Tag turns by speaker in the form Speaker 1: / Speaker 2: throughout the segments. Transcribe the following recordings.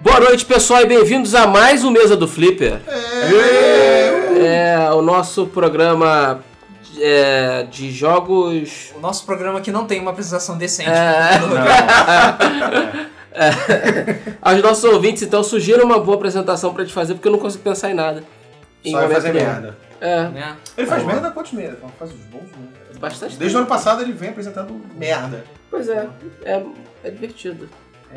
Speaker 1: Boa noite, pessoal, e bem-vindos a mais um Mesa do Flipper. É, o nosso programa é, de jogos.
Speaker 2: O nosso programa aqui não tem uma apresentação decente.
Speaker 1: É. Aos nossos ouvintes, então, sugiro uma boa apresentação pra te fazer, porque eu não consigo pensar em nada. Em
Speaker 3: Só vai
Speaker 1: momento
Speaker 3: fazer
Speaker 1: nenhum.
Speaker 3: merda.
Speaker 1: É,
Speaker 2: Né?
Speaker 3: Ele faz
Speaker 1: Tá bom.
Speaker 3: merda há quantos meses? Faz uns bons meses.
Speaker 1: bastante.
Speaker 3: né? Desde o ano passado ele vem apresentando merda.
Speaker 1: Pois é, é, é divertido,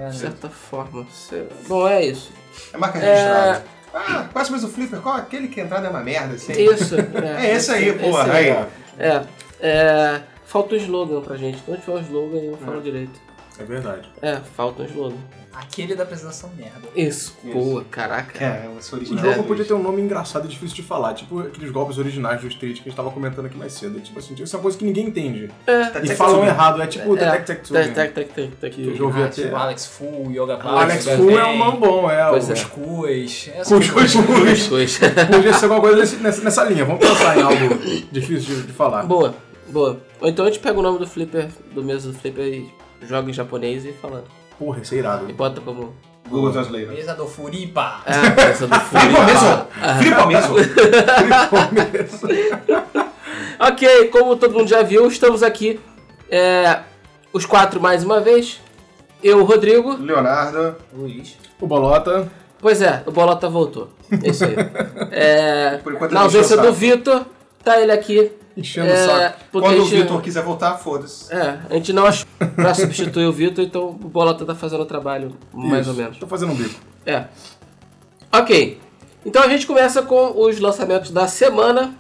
Speaker 1: de certa forma. Cê- Bom, é isso.
Speaker 3: É marca
Speaker 1: É.
Speaker 3: registrada. Ah, quase mais o Flipper. Qual é aquele que a entrada é uma merda, assim?
Speaker 1: Isso. né?
Speaker 3: É esse aí, porra.
Speaker 1: aí.
Speaker 3: Aí, ó.
Speaker 1: É, é, falta um slogan pra gente. Quando tiver um slogan, eu falo direito.
Speaker 4: É verdade.
Speaker 1: É, falta um slogan.
Speaker 2: Aquele da apresentação merda.
Speaker 1: Isso,
Speaker 3: Isso.
Speaker 1: boa, caraca.
Speaker 3: É, esse
Speaker 4: O
Speaker 3: original.
Speaker 4: jogo podia ter um nome engraçado e difícil de falar, tipo aqueles golpes originais do Street que a gente tava comentando aqui mais cedo. Tipo assim, isso é uma coisa que ninguém entende.
Speaker 3: Tá
Speaker 4: E
Speaker 3: certo.
Speaker 4: falam errado, é tipo o
Speaker 1: É,
Speaker 4: Tec Tec
Speaker 1: Tec,
Speaker 4: Tec
Speaker 1: tec, tec, tec, tec.
Speaker 4: Que eu já ouvi
Speaker 2: Ah,
Speaker 4: até.
Speaker 2: tipo Alex Fu, Yoga
Speaker 4: O Alex
Speaker 2: Paz,
Speaker 4: Fu é
Speaker 2: Gaten,
Speaker 4: um nome bom, é.
Speaker 1: Pois é.
Speaker 4: o-
Speaker 2: Os Cues. essas
Speaker 4: Cus, cus,
Speaker 2: coisas.
Speaker 4: cus.
Speaker 1: Pois.
Speaker 4: Podia ser alguma coisa desse- nessa, nessa linha. Vamos pensar em algo difícil de, de falar.
Speaker 1: boa, boa. Ou então a gente pega o nome do flipper, do mesa do flipper e joga em japonês e fala.
Speaker 4: Porra, isso é irado.
Speaker 1: E bota como.
Speaker 3: Google Translate.
Speaker 2: Mesa do Furipa.
Speaker 1: Ah, essa do
Speaker 3: Flipper
Speaker 1: flipper.
Speaker 3: mesmo? Flipper mesmo?
Speaker 1: Ah. ok, como todo mundo já viu, estamos aqui. é, os quatro mais uma vez. Eu, Rodrigo.
Speaker 3: Leonardo.
Speaker 2: Luiz.
Speaker 4: O Bolota.
Speaker 1: Pois é, o Bolota voltou. É Isso aí. É,
Speaker 3: Por enquanto
Speaker 1: na
Speaker 3: ele
Speaker 1: ausência
Speaker 3: deixou
Speaker 1: do Vitor, tá ele aqui.
Speaker 4: Enchendo o
Speaker 1: É,
Speaker 4: saco.
Speaker 1: porque
Speaker 3: Quando
Speaker 1: a
Speaker 3: o
Speaker 1: gente,
Speaker 3: Vitor quiser voltar, foda-se.
Speaker 1: É, a gente não achou pra substituir o Vitor, então o Bolota tá fazendo o trabalho, mais
Speaker 4: Isso.
Speaker 1: ou menos.
Speaker 4: Tô fazendo um bico.
Speaker 1: É. Ok. Então a gente começa com os lançamentos da semana.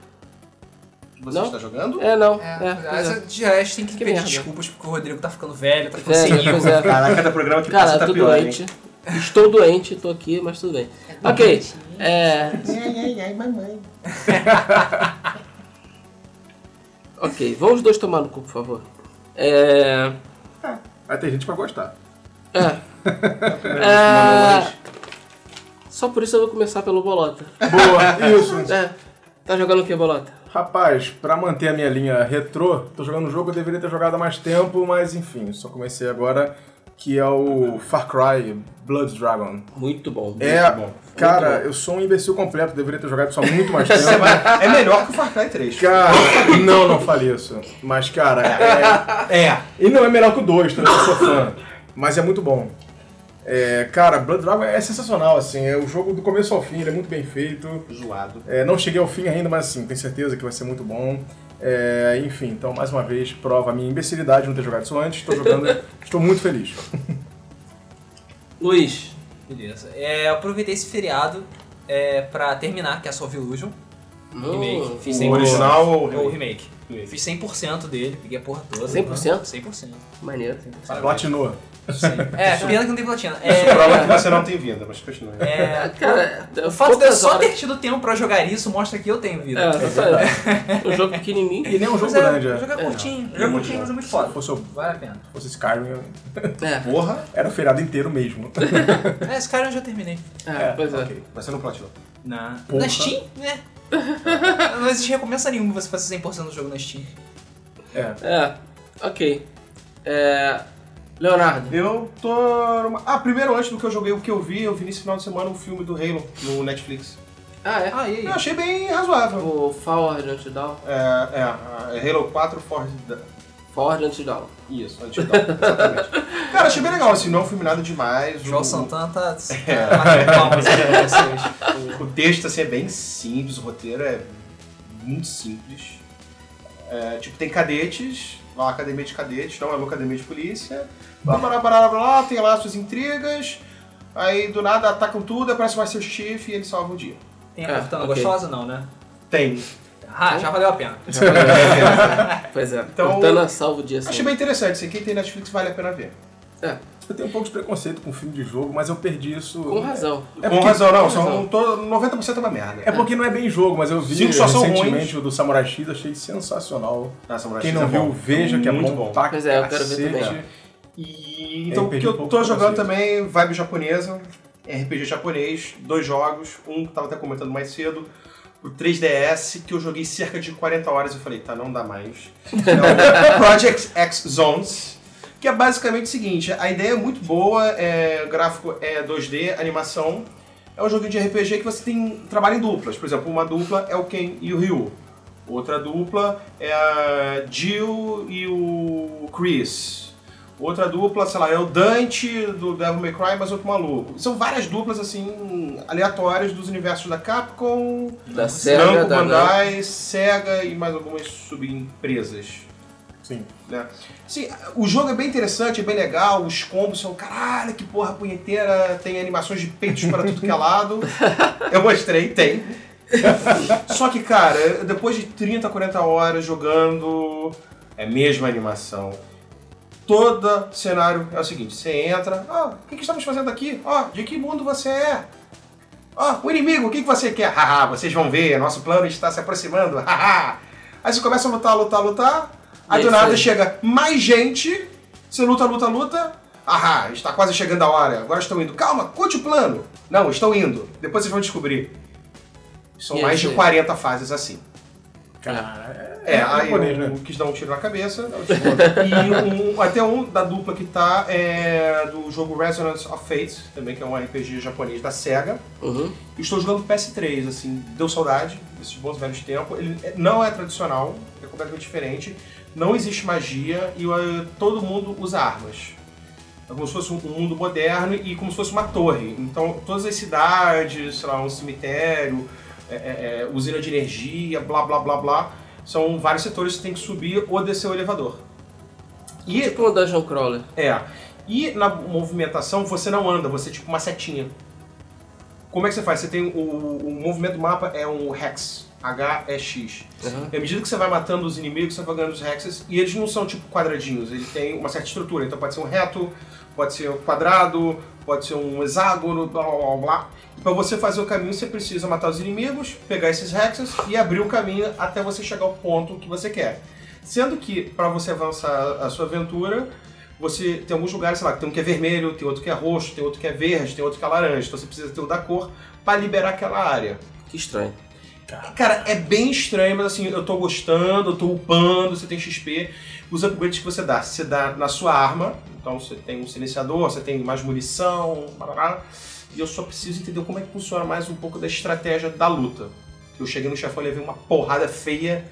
Speaker 3: Você
Speaker 1: Não?
Speaker 3: está jogando?
Speaker 1: É, não.
Speaker 2: É,
Speaker 1: É, pois é.
Speaker 2: essa já, a gente tem que,
Speaker 1: Que
Speaker 2: pedir
Speaker 1: merda.
Speaker 2: desculpas porque o Rodrigo tá ficando velho, tá ficando
Speaker 1: Velho,
Speaker 2: senil.
Speaker 1: pois é.
Speaker 3: Caraca, cada programa que
Speaker 1: Cara,
Speaker 3: passa
Speaker 1: eu
Speaker 3: tá
Speaker 1: tô
Speaker 3: pior, hein?
Speaker 1: doente. Estou doente, tô aqui, mas tudo bem. Ok. É.
Speaker 3: Ai, ai, ai, mamãe.
Speaker 1: Ok, vamos os dois tomar no cu, por favor. É.
Speaker 4: Vai ter gente pra gostar.
Speaker 1: É. é... Só por isso eu vou começar pelo Bolota.
Speaker 4: Boa, isso.
Speaker 1: É. Tá jogando o que, Bolota?
Speaker 4: Rapaz, pra manter a minha linha retrô, tô jogando um jogo que eu deveria ter jogado há mais tempo, mas enfim, só comecei agora, que é o Far Cry Blood Dragon.
Speaker 1: Muito bom.
Speaker 4: É,
Speaker 3: bom.
Speaker 4: cara, eu sou um imbecil completo, deveria ter jogado isso há muito mais tempo.
Speaker 3: Você vai- É melhor que o Far Cry 3.
Speaker 4: Cara, não, não falei isso. Mas, cara, é...
Speaker 3: É.
Speaker 4: E não é melhor que o 2, também eu sou fã. Mas é muito bom. É, cara, Blood Dragon é sensacional, assim. É o jogo do começo ao fim, ele é muito bem feito.
Speaker 3: Zoado.
Speaker 4: É, não cheguei ao fim ainda, mas assim, tenho certeza que vai ser muito bom. É, enfim, então mais uma vez, prova a minha imbecilidade de não ter jogado isso antes. Estou jogando, estou muito feliz.
Speaker 1: Luiz.
Speaker 2: Beleza. É, eu aproveitei esse feriado é, pra terminar, que é a Soul Illusion.
Speaker 1: Oh,
Speaker 2: Remake. Fiz
Speaker 3: O
Speaker 2: 100%.
Speaker 3: original ou o
Speaker 2: É o
Speaker 3: remake?
Speaker 2: remake. Fiz 100% dele, peguei a porra toda.
Speaker 1: 100%?
Speaker 2: 100%.
Speaker 1: Maneiro.
Speaker 4: Platinou.
Speaker 2: É, pena que não tem platina.
Speaker 3: Isso
Speaker 2: É,
Speaker 3: prova que você não tem vinda, mas continua.
Speaker 1: Ah,
Speaker 2: é,
Speaker 1: Cara,
Speaker 2: o fato de eu
Speaker 1: poucas
Speaker 2: é só
Speaker 1: horas-
Speaker 2: ter tido tempo pra jogar isso mostra que eu tenho vida.
Speaker 1: É, só- um jogo pequenininho.
Speaker 4: E nem um jogo
Speaker 2: Mas é,
Speaker 4: grande, é.
Speaker 2: O jogo é curtinho, o
Speaker 3: Não,
Speaker 2: jogo é curtinho,
Speaker 3: não.
Speaker 2: mas é muito
Speaker 4: Se
Speaker 2: foda.
Speaker 4: fosse, o-
Speaker 2: Vale a pena.
Speaker 4: fosse Skyrim, eu-
Speaker 1: É.
Speaker 3: Porra,
Speaker 4: era o feriado inteiro mesmo.
Speaker 2: É, esse cara eu já terminei.
Speaker 1: é, pois é.
Speaker 4: ok.
Speaker 3: mas você não platinou.
Speaker 2: Na,
Speaker 4: Porra.
Speaker 2: na Steam, né? não existe recompensa nenhuma você fazer 100% do jogo na Steam.
Speaker 4: É.
Speaker 1: É, ok. É, Leonardo.
Speaker 3: Eu tô. numa- Ah, primeiro, antes do que eu joguei, o que eu vi, eu vi nesse final de semana um filme do Halo no Netflix.
Speaker 1: Ah, é.
Speaker 2: Ah, e
Speaker 3: Eu
Speaker 2: aí?
Speaker 3: achei bem razoável.
Speaker 1: O Forward Antidown.
Speaker 3: É, é, é Halo 4 Ford.
Speaker 1: Forward Antidown.
Speaker 3: Isso, antes de- exatamente. Cara, achei bem legal, assim, não é um filme nada demais.
Speaker 2: João
Speaker 3: o,
Speaker 2: Santana tá tá batendo palmas aqui pra vocês.
Speaker 3: o, o texto, assim, é bem simples, o roteiro é muito simples. É, tipo, tem cadetes, lá academia de cadetes, não é uma academia de polícia. Blá, blá, blá, blá, blá, blá, tem lá suas intrigas. Aí, do nada, atacam tudo, aparece mais seu chefe e ele salva o dia.
Speaker 2: Tem
Speaker 1: É,
Speaker 2: a Cortana
Speaker 1: ok.
Speaker 2: gostosa? Não, né?
Speaker 3: Tem.
Speaker 2: Ah, já valeu a pena.
Speaker 1: Pois é.
Speaker 3: Então-
Speaker 1: Cortana salva o dia
Speaker 3: Achei
Speaker 1: assim.
Speaker 3: bem interessante, isso aqui quem tem Netflix vale a pena ver.
Speaker 4: Eu tenho um pouco de preconceito com filme de jogo, mas eu perdi isso.
Speaker 1: Com razão.
Speaker 4: É
Speaker 3: Com
Speaker 4: porque-
Speaker 3: razão, não, são
Speaker 1: razão.
Speaker 3: todo- 90% é uma merda.
Speaker 4: É porque não é bem jogo, mas eu vi
Speaker 3: Cinco só são
Speaker 4: recentemente o do Samurai X, achei sensacional.
Speaker 3: Nossa, Samurai
Speaker 4: Quem
Speaker 3: X
Speaker 4: não
Speaker 3: é
Speaker 4: viu,
Speaker 3: bom.
Speaker 4: veja que é
Speaker 3: Muito
Speaker 4: bom, pra
Speaker 1: Pois é, eu quero ver
Speaker 4: cacete.
Speaker 1: também.
Speaker 3: E, então,
Speaker 4: Eu
Speaker 3: o que
Speaker 4: perdi
Speaker 3: eu
Speaker 4: pouco
Speaker 3: tô jogando
Speaker 4: preconceito.
Speaker 3: também, vibe japonesa, RPG japonês, dois jogos, um que tava até comentando mais cedo, o 3DS, que eu joguei cerca de 40 horas e falei, tá, não dá mais. É o Project X Zones, Que é basicamente o seguinte, a ideia é muito boa, é, o gráfico é 2D, animação. É um jogo de RPG que você tem trabalho em duplas. Por exemplo, uma dupla é o Ken e o Ryu. Outra dupla é a Jill e o Chris. Outra dupla, sei lá, é o Dante do Devil May Cry, mas outro maluco. São várias duplas, assim, aleatórias dos universos da Capcom,
Speaker 1: Da Sega, né?
Speaker 3: Namco,
Speaker 1: da Namco.
Speaker 3: Bandai, Sega e mais algumas subempresas.
Speaker 4: Sim.
Speaker 3: Né? Sim, o jogo é bem interessante, é bem legal, os combos são caralho, que porra punheteira, tem animações de peitos para tudo que é lado. Eu mostrei, tem. Só que, cara, depois de 30, 40 horas jogando, é a mesma animação. Todo cenário é o seguinte: você entra, ah, o que, que estamos fazendo aqui? Ó, de que mundo você é? Ó, o inimigo, o que, que você quer? Haha, vocês vão ver, nosso plano está se aproximando, haha. Aí você começa a lutar, lutar, lutar. Aí
Speaker 1: E
Speaker 3: do
Speaker 1: é
Speaker 3: nada
Speaker 1: isso aí.
Speaker 3: chega mais gente, você luta, luta, luta. Ahá, está quase chegando a hora, agora estão indo. Calma, conte o plano. Não, estão indo. Depois vocês vão descobrir. São
Speaker 1: E é
Speaker 3: mais
Speaker 1: isso
Speaker 3: de
Speaker 1: aí.
Speaker 3: 40 fases assim.
Speaker 4: Cara,
Speaker 3: É, aí
Speaker 4: japonês,
Speaker 3: um
Speaker 4: né?
Speaker 3: quis dar um tiro na cabeça, dá um tiro no outro. e um, até um da dupla que tá é do jogo Resonance of Fate, também que é um RPG japonês da SEGA.
Speaker 1: Uhum.
Speaker 3: E Estou jogando PS3, assim, deu saudade desses bons velhos tempos. Ele é- não é tradicional, é completamente diferente. Não existe magia e eh, todo mundo usa armas. É como se fosse um um mundo moderno e como se fosse uma torre. Então, todas as cidades, sei lá, um cemitério, é, é, é, usina de energia, blá blá blá blá, são vários setores que você tem que subir ou descer o elevador. E
Speaker 1: Tipo um dungeon crawler.
Speaker 3: é. E na movimentação você não anda, você é tipo uma setinha. Como é que você faz? Você tem o, o movimento do mapa é um hex. H-E-X.
Speaker 1: Uhum.
Speaker 3: E à medida que você vai matando os inimigos, você vai ganhando os hexes. E eles não são tipo quadradinhos, eles têm uma certa estrutura. Então pode ser um reto, pode ser um quadrado, pode ser um hexágono, blá blá blá blá. E pra você fazer o caminho, você precisa matar os inimigos, pegar esses hexes e abrir o caminho até você chegar ao ponto que você quer. Sendo que, pra você avançar a sua aventura, você tem alguns lugares, sei lá, que tem um que é vermelho, tem outro que é roxo, tem outro que é verde, tem outro que é laranja. Então você precisa ter o da cor pra liberar aquela área.
Speaker 1: Que estranho.
Speaker 3: Cara, é bem estranho, mas assim, eu tô gostando, eu tô upando, você tem XP. Os upgrades que você dá, você dá na sua arma, então você tem um silenciador, você tem mais munição, barará. E eu só preciso entender como é que funciona mais um pouco da estratégia da luta. Eu cheguei no chefão, levei uma porrada feia,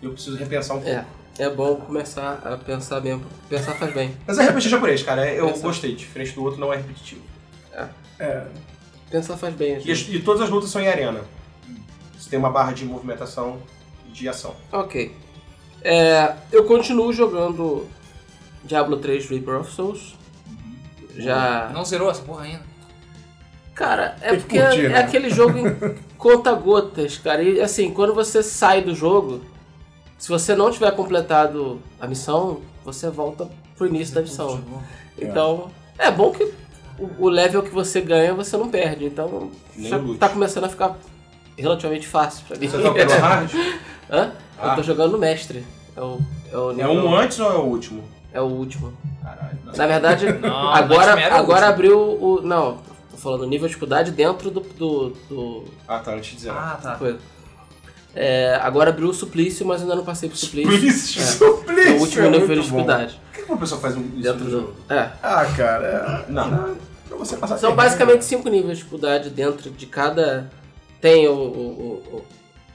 Speaker 3: e eu preciso repensar um pouco.
Speaker 1: É. É bom começar a pensar mesmo. Pensar faz bem.
Speaker 3: Mas é RPG japonês, cara, eu
Speaker 1: Pensar.
Speaker 3: gostei, diferente do outro, não é repetitivo.
Speaker 4: É,
Speaker 1: Pensar faz bem.
Speaker 3: E, as- e todas as lutas são em arena. Você tem uma barra de movimentação e de ação.
Speaker 1: Ok. É, eu continuo jogando Diablo 3 Reaper of Souls.
Speaker 3: Uhum.
Speaker 1: Já.
Speaker 2: Não zerou essa porra ainda.
Speaker 1: Cara, é
Speaker 4: Tem que
Speaker 1: porque
Speaker 4: curtir,
Speaker 1: é
Speaker 4: né?
Speaker 1: aquele jogo em conta-gotas, cara. E assim, quando você sai do jogo, se você não tiver completado a missão, você volta pro início da
Speaker 3: Uhum.
Speaker 1: missão. Então, é bom que o, o level que você ganha você não perde. Então,
Speaker 3: Nem
Speaker 1: já
Speaker 3: o loot.
Speaker 1: tá começando a ficar relativamente fácil pra mim.
Speaker 3: Você tá pelo hard?
Speaker 1: Hã? Eu
Speaker 3: Ah.
Speaker 1: tô jogando no mestre. É o, é o
Speaker 3: É
Speaker 1: nível-
Speaker 3: um antes ou é o último?
Speaker 1: é o último.
Speaker 3: Caralho.
Speaker 1: Na verdade,
Speaker 2: Não, Nightmare
Speaker 1: agora,
Speaker 2: é o
Speaker 1: agora
Speaker 2: último.
Speaker 1: abriu o. Não, tô falando nível de dificuldade dentro do. do, do
Speaker 3: Ah, tá, antes de zerar.
Speaker 2: Ah, tá.
Speaker 1: coisa. É, agora abriu o suplício, mas ainda não passei pro suplício.
Speaker 3: Suplício.
Speaker 1: É o
Speaker 4: Suplício,
Speaker 1: último nível
Speaker 4: é
Speaker 1: de
Speaker 4: muito bom.
Speaker 1: dificuldade.
Speaker 3: Por que uma pessoa faz um, isso
Speaker 1: Dentro
Speaker 3: no
Speaker 1: do. É.
Speaker 4: Ah, cara, é...
Speaker 3: Não.
Speaker 4: pra você passar
Speaker 1: São
Speaker 4: perrengue.
Speaker 1: basicamente cinco níveis de dificuldade dentro de cada. Tem o, o- o- o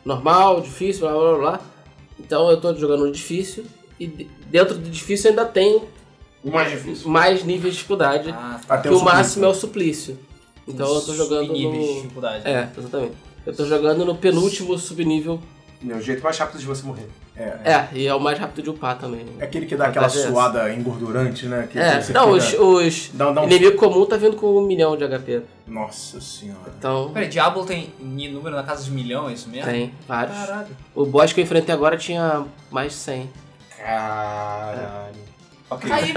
Speaker 1: normal, difícil, blá blá blá. blá. Então eu tô jogando no difícil. E de- dentro do difícil ainda tem
Speaker 4: né?
Speaker 3: O mais difícil.
Speaker 1: É, mais níveis de dificuldade.
Speaker 2: Ah, tá.
Speaker 4: Até
Speaker 1: que o
Speaker 4: suplício.
Speaker 1: máximo é o suplício. Então eu tô jogando
Speaker 2: Níveis de
Speaker 1: no.
Speaker 2: dificuldade.
Speaker 1: É, exatamente. Eu tô jogando no penúltimo subnível.
Speaker 3: É o jeito mais rápido de você morrer.
Speaker 4: É.
Speaker 1: É, e é o mais rápido de upar também.
Speaker 4: É aquele que dá aquela
Speaker 1: Às vezes.
Speaker 4: suada engordurante, né? Que
Speaker 1: É,
Speaker 4: você
Speaker 1: não, os,
Speaker 4: fica-
Speaker 1: os
Speaker 4: Dá, dá um...
Speaker 1: inimigo comum tá vindo com um milhão de HP.
Speaker 4: Nossa senhora.
Speaker 1: Então,
Speaker 2: Peraí, Diablo tem ni- número na casa de milhão, é isso mesmo?
Speaker 1: tem vários.
Speaker 2: Caralho.
Speaker 1: O boss que eu enfrentei agora tinha mais de 100.
Speaker 3: Caralho. É. Ok.
Speaker 2: Aí,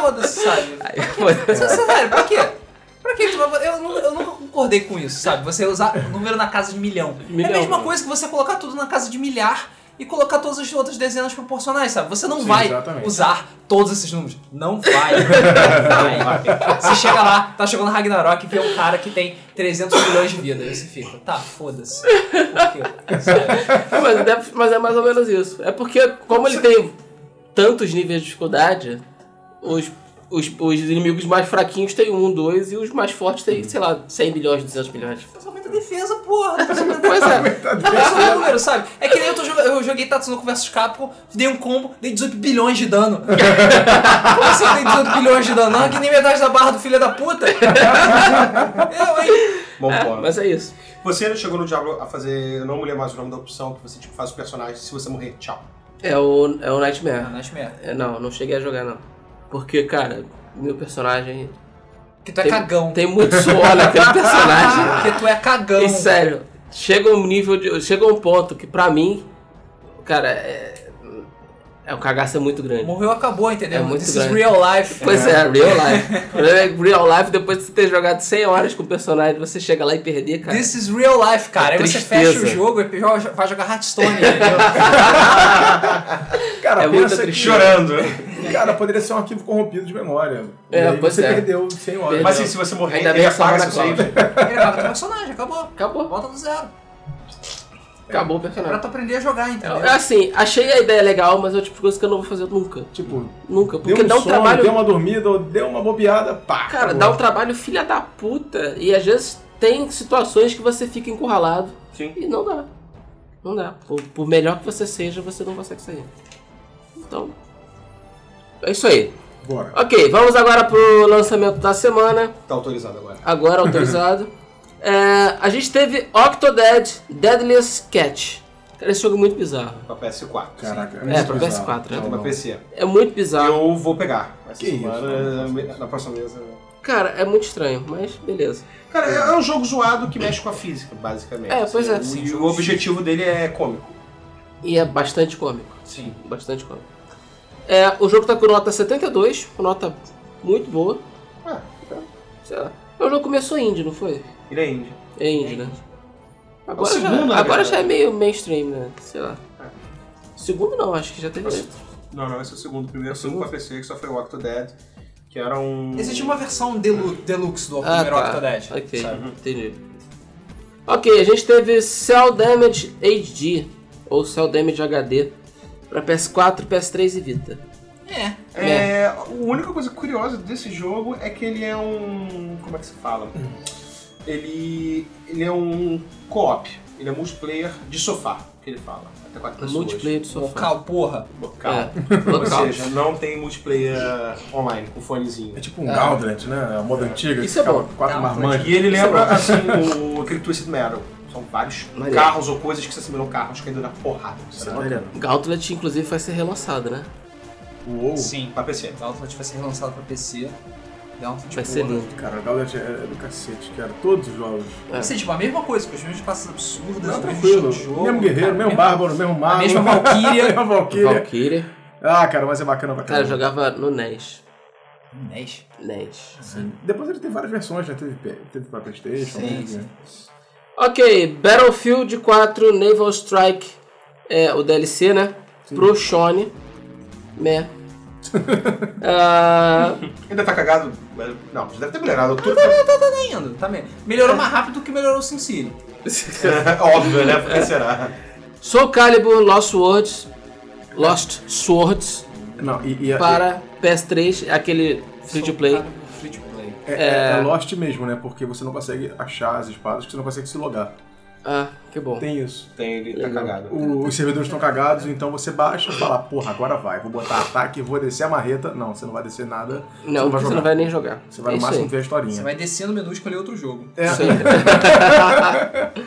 Speaker 2: foda-se, sabe?
Speaker 1: Aí, é. foi-
Speaker 2: Você, você, velho, pra quê? Pra quê? que tu vai- Eu, nu- eu nunca concordei com isso, sabe? Você usar o número na casa de milhão. é
Speaker 1: Milhão,
Speaker 2: a mesma
Speaker 1: né?
Speaker 2: coisa que você colocar tudo na casa de milhar e colocar todas as outras dezenas proporcionais, sabe? Você não
Speaker 4: Sim,
Speaker 2: vai
Speaker 4: exatamente.
Speaker 2: usar todos esses números. Não vai. Não vai. Você chega lá, tá jogando Ragnarok e vê um cara que tem 300 milhões de vida. Aí você fica, tá, foda-se. Por quê? Sabe?
Speaker 1: mas, deve- É mas é mais ou menos isso. É porque, como ele tem tantos níveis de dificuldade, os, os, os inimigos mais fraquinhos têm um, dois, e os mais fortes têm, sei lá, 100 milhões, 200 milhões.
Speaker 2: Mas aumenta a defesa, porra. Não precisa
Speaker 1: Pois é.
Speaker 2: É só o número, sabe? É que nem eu, tô jogando, eu joguei Tatsunoko vs Capcom, dei um combo, dei 18 bilhões de dano. Como assim eu dei 18 bilhões de dano? Não, que nem metade da barra do filho da puta. Eu, hein?
Speaker 3: Bom ponto.
Speaker 1: Mas é isso.
Speaker 3: Você chegou no Diablo a fazer. Eu não me lembro mais o nome da opção, que você tipo, faz o personagem, se você morrer, tchau.
Speaker 1: É o, é o Nightmare.
Speaker 2: merda.
Speaker 1: É, não, não cheguei a jogar, não. Porque, cara, meu personagem.
Speaker 2: Porque tu é
Speaker 1: Tem-
Speaker 2: cagão.
Speaker 1: Tem muito suor naquele personagem.
Speaker 2: Porque tu é cagão.
Speaker 1: E sério, chega um nível de. Chega um ponto que pra mim, cara, é. É um cagaço é muito grande.
Speaker 2: Morreu, acabou, entendeu?
Speaker 1: É muito
Speaker 2: This is
Speaker 1: grande.
Speaker 2: real life.
Speaker 1: Pois é, real life. O problema é que real life, depois de você ter jogado 100 horas com o personagem, você chega lá e perder, cara.
Speaker 2: This is real life,
Speaker 1: É
Speaker 2: cara. Aí você
Speaker 1: tristeza.
Speaker 2: fecha o jogo e joga- vai jogar Hearthstone, entendeu?
Speaker 4: Cara,
Speaker 1: É muita
Speaker 4: pensa que,
Speaker 1: tristeza.
Speaker 3: Chorando.
Speaker 4: Cara, poderia ser um arquivo corrompido de memória.
Speaker 1: É,
Speaker 4: e aí
Speaker 1: pois
Speaker 4: você
Speaker 1: é.
Speaker 4: perdeu 100 horas.
Speaker 1: Perdeu.
Speaker 3: Mas assim, se você morrer,
Speaker 1: Ainda
Speaker 3: ele
Speaker 1: bem que
Speaker 3: apaga
Speaker 1: salva
Speaker 3: seu
Speaker 1: na
Speaker 3: save.
Speaker 2: Gravava teu personagem, acabou.
Speaker 1: Acabou.
Speaker 2: Volta do zero.
Speaker 1: Acabou o
Speaker 2: Pra
Speaker 1: personagem.
Speaker 2: tu aprender a jogar, entendeu?
Speaker 1: É assim, achei a ideia legal, mas é o tipo de coisa que eu não vou fazer nunca.
Speaker 4: Tipo,
Speaker 1: Nunca.
Speaker 4: deu
Speaker 1: Porque
Speaker 4: um
Speaker 1: dá um
Speaker 4: sono,
Speaker 1: trabalho.
Speaker 4: deu uma dormida, ou deu uma bobeada, pá.
Speaker 1: Cara,
Speaker 4: acabou.
Speaker 1: dá um trabalho filha da puta. E às vezes tem situações que você fica encurralado.
Speaker 3: Sim.
Speaker 1: E não dá. Não dá. Por, por melhor que você seja, você não consegue sair. Então. É isso aí.
Speaker 4: Bora.
Speaker 1: Ok, vamos agora pro lançamento da semana.
Speaker 3: Tá autorizado agora.
Speaker 1: Agora autorizado. É, a gente teve Octodad Deadliest Catch. Cara, esse jogo é muito bizarro.
Speaker 3: Pra PS4.
Speaker 4: Caraca,
Speaker 1: É, pra
Speaker 4: bizarro. Tá
Speaker 1: PS4, né?
Speaker 3: Sim.
Speaker 4: Não,
Speaker 3: Tem pra
Speaker 4: não.
Speaker 3: PC.
Speaker 1: É muito bizarro.
Speaker 3: Eu vou pegar. Essa
Speaker 4: Que
Speaker 3: semana,
Speaker 4: isso?
Speaker 3: me- na próxima mesa.
Speaker 1: Cara, é muito estranho, mas beleza.
Speaker 3: Cara, é é um jogo zoado que mexe com a física, basicamente.
Speaker 1: É, pois é.
Speaker 3: Assim, o- E o objetivo dele é cômico.
Speaker 1: E é bastante cômico.
Speaker 3: Sim.
Speaker 1: bastante cômico. É, o jogo tá com nota 72, uma nota muito boa.
Speaker 3: Ah,
Speaker 1: Sei lá. O jogo começou indie, não foi?
Speaker 3: ele é indie.
Speaker 1: É indie, né? Agora,
Speaker 3: segundo,
Speaker 1: já,
Speaker 3: na
Speaker 1: agora
Speaker 3: verdade. É.
Speaker 1: já é meio mainstream, né? Sei lá. Segundo não, acho que já teve. outro.
Speaker 3: Não, não, esse é o segundo. O primeiro
Speaker 1: É o
Speaker 3: foi
Speaker 1: segundo?
Speaker 3: pra PC, que só foi o Octodad, que era um...
Speaker 2: Existe uma versão delu- deluxe do
Speaker 1: Ah,
Speaker 2: primeiro
Speaker 1: tá.
Speaker 2: Octodad.
Speaker 1: Ok,
Speaker 2: sabe?
Speaker 1: entendi. Ok, a gente teve Cell Damage HD, ou Cell Damage HD, pra PS4, PS3 e Vita.
Speaker 2: É.
Speaker 3: É, a única coisa curiosa desse jogo é que ele é um. Como é que se fala? Ele. Ele é um co-op. Ele é multiplayer de sofá, que ele fala. Até quatro pessoas.
Speaker 1: Multiplayer do sofá.
Speaker 2: Local, porra.
Speaker 3: Local.
Speaker 1: É,
Speaker 3: Ou
Speaker 1: local.
Speaker 3: seja, não tem multiplayer online, com fonezinho.
Speaker 4: É tipo um Gauntlet, né? A moda antiga.
Speaker 1: Isso é
Speaker 4: ficava
Speaker 1: bom. é
Speaker 4: Quatro
Speaker 2: Gauntlet.
Speaker 4: marmanjos.
Speaker 3: E ele lembra, assim, o, aquele Twisted Metal. São vários
Speaker 1: Maneiro.
Speaker 3: carros ou coisas que se assemelham a carros caindo na porrada.
Speaker 4: Isso é
Speaker 3: sabe?
Speaker 4: bacana.
Speaker 1: Gauntlet, inclusive, vai ser relançado, né?
Speaker 4: Uou.
Speaker 2: Sim.
Speaker 3: Pra PC.
Speaker 2: Gauntlet vai tipo, ser relançado pra PC. Gauntlet,
Speaker 1: Vai ser
Speaker 2: porra.
Speaker 1: lindo.
Speaker 4: Cara, Gauntlet é é do cacete, cara. Todos os jogos.
Speaker 1: É.
Speaker 2: Vai ser tipo a mesma coisa, com as mesmas classes absurdas,
Speaker 4: Não,
Speaker 2: o mesmo
Speaker 4: tranquilo.
Speaker 2: estilo de jogo.
Speaker 4: mesmo guerreiro, mesmo
Speaker 2: barco.
Speaker 4: bárbaro, mesmo mago.
Speaker 2: A mesma Valkyria.
Speaker 4: mesma Valkyria.
Speaker 1: Valkyria.
Speaker 4: Ah, cara, mas é bacana,
Speaker 1: Cara,
Speaker 4: bacana.
Speaker 1: eu jogava no NES.
Speaker 2: Dez.
Speaker 1: NES.
Speaker 4: Depois ele tem várias versões, né? Teve, pe- teve pra Playstation.
Speaker 2: Sim,
Speaker 4: teve- né?
Speaker 2: sim.
Speaker 1: Ok, Battlefield 4 Naval Strike, é, o DLC, né? Pro né? Shone. Meh. Ah,
Speaker 3: Ainda tá cagado? mas- Não, já deve ter melhorado. Tudo
Speaker 2: Tá indo, tá mesmo.
Speaker 4: É.
Speaker 2: Melhorou mais rápido que melhorou o Sin City.
Speaker 3: óbvio, né? Porque será?
Speaker 1: Soul Calibur Lost Swords. Lost Swords
Speaker 4: Não, e, e é-
Speaker 1: para PS3, é aquele free to play.
Speaker 2: um Free to play.
Speaker 4: é, é- é Lost mesmo, né? Porque você não consegue achar as espadas, que você não consegue se logar.
Speaker 1: Ah, que bom.
Speaker 4: Tem isso.
Speaker 3: Tem, ele tá cagado.
Speaker 4: O- os servidores estão cagados, então você baixa e fala, porra, agora vai, vou botar ataque, vou descer a marreta. Não, você não vai descer nada.
Speaker 1: Não,
Speaker 4: vai
Speaker 1: você não
Speaker 4: jogar.
Speaker 1: vai nem jogar.
Speaker 4: Você
Speaker 1: É
Speaker 4: vai no
Speaker 1: isso aí.
Speaker 4: máximo ver a
Speaker 2: Você
Speaker 4: historinha.
Speaker 2: vai descer no menu e escolher outro jogo.
Speaker 4: É.
Speaker 1: Isso aí.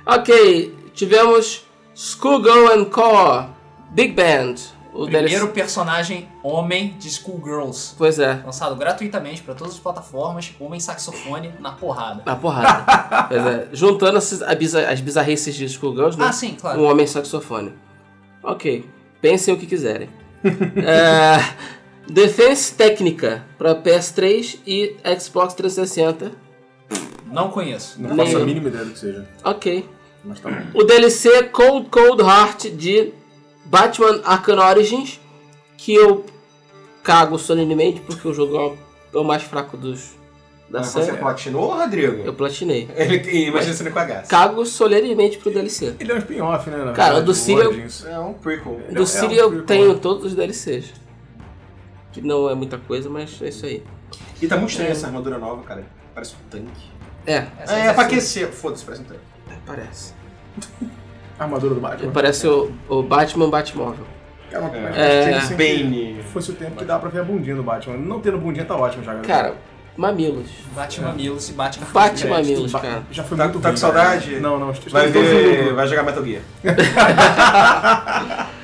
Speaker 1: ok, tivemos Schoolgirl and Core, Big Band. O
Speaker 2: Primeiro
Speaker 1: DLC.
Speaker 2: personagem homem de Schoolgirls.
Speaker 1: Pois é,
Speaker 2: Lançado gratuitamente pra todas as plataformas, homem saxofone na porrada.
Speaker 1: na porrada. pois é, juntando esses- a biza- as bizarrices de Schoolgirls, né?
Speaker 2: Ah, sim, claro.
Speaker 1: Um homem saxofone. Ok, pensem o que quiserem. É, Defense Técnica para PS3 e Xbox 360.
Speaker 2: Não conheço.
Speaker 4: Não faço a
Speaker 1: Nem-
Speaker 4: mínima ideia do que seja.
Speaker 1: Ok.
Speaker 4: Mas tá bom.
Speaker 1: O DLC Cold Cold Heart de Batman Arkham Origins, que eu cago solenemente porque o jogo é o- é o mais fraco dos da
Speaker 3: Mas você
Speaker 1: série.
Speaker 3: platinou, Rodrigo?
Speaker 1: é. Eu platinei.
Speaker 3: Ele tem, imagina se não cagasse.
Speaker 1: Cago solenemente pro DLC.
Speaker 4: Ele é um spin-off, né? na
Speaker 1: Cara,
Speaker 4: verdade,
Speaker 1: é o do Sirius-
Speaker 4: Origins.
Speaker 3: É um prequel.
Speaker 4: Ele é um-
Speaker 1: Do Siri
Speaker 4: é um
Speaker 1: eu tenho todos os DLCs. Que não é muita coisa, mas é isso aí.
Speaker 3: E tá muito estranha essa armadura nova, cara. Parece um tanque.
Speaker 1: É,
Speaker 2: Essa
Speaker 3: É,
Speaker 2: sensação.
Speaker 3: é pra aquecer. Foda-se, parece um tanque.
Speaker 1: parece.
Speaker 4: Armadura do Batman.
Speaker 1: Parece o, o Batman Batmóvel.
Speaker 4: Cara, mas faz
Speaker 1: É.
Speaker 4: sentido, assim,
Speaker 3: Bane.
Speaker 4: que Fosse o tempo que dá pra ver a bundinha do Batman. Não tendo bundinha tá ótimo já, galera. É,
Speaker 1: Cara, mamilos.
Speaker 2: Bate mamilos e bate
Speaker 1: Bate
Speaker 2: cartão.
Speaker 1: mamilos,
Speaker 4: Ba-
Speaker 1: cara.
Speaker 4: Já foi
Speaker 3: Tá-
Speaker 4: muito
Speaker 3: tá
Speaker 4: ruim,
Speaker 3: com
Speaker 4: cara.
Speaker 3: saudade?
Speaker 4: Não, não. Estou
Speaker 3: Vai
Speaker 4: todos no
Speaker 3: ver.
Speaker 4: lucro.
Speaker 3: Vai jogar Metal Gear.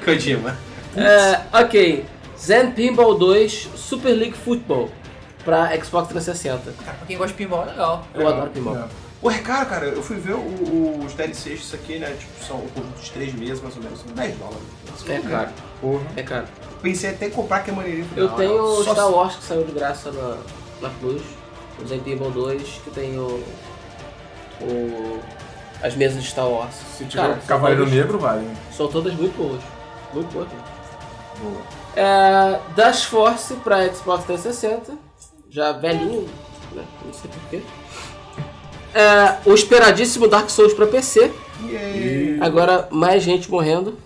Speaker 3: Kojima.
Speaker 1: É, ok. Zen Pinball 2 Super League Football pra Xbox 360.
Speaker 2: Cara, pra quem gosta de pinball é legal.
Speaker 1: Eu adoro pinball.
Speaker 4: É.
Speaker 3: Ué, cara, cara, eu fui ver o- o- os DLCs disso aqui, né? Tipo, são um conjunto de três meses, mais ou menos. São 10 dólares. Nossa,
Speaker 1: É caro,
Speaker 4: Porra.
Speaker 1: é caro.
Speaker 3: Pensei até em comprar que é maneirinho. falei,
Speaker 1: Eu
Speaker 3: não,
Speaker 1: tenho o
Speaker 3: não, só
Speaker 1: Star Wars que saiu de graça na, na Plus, o Zen Pinball 2, que tem o, o- as mesas de Star Wars.
Speaker 4: Se tiver
Speaker 1: Cara,
Speaker 4: o Cavaleiro
Speaker 1: são todas-
Speaker 4: Negro, vale. hein?
Speaker 1: São todas muito boas. Muito boas mesmo.
Speaker 4: Boa.
Speaker 1: É, Dash Force pra Xbox 360, já velhinho, né? não sei porquê. É, o esperadíssimo Dark Souls pra PC,
Speaker 3: Yay.
Speaker 1: agora mais gente morrendo.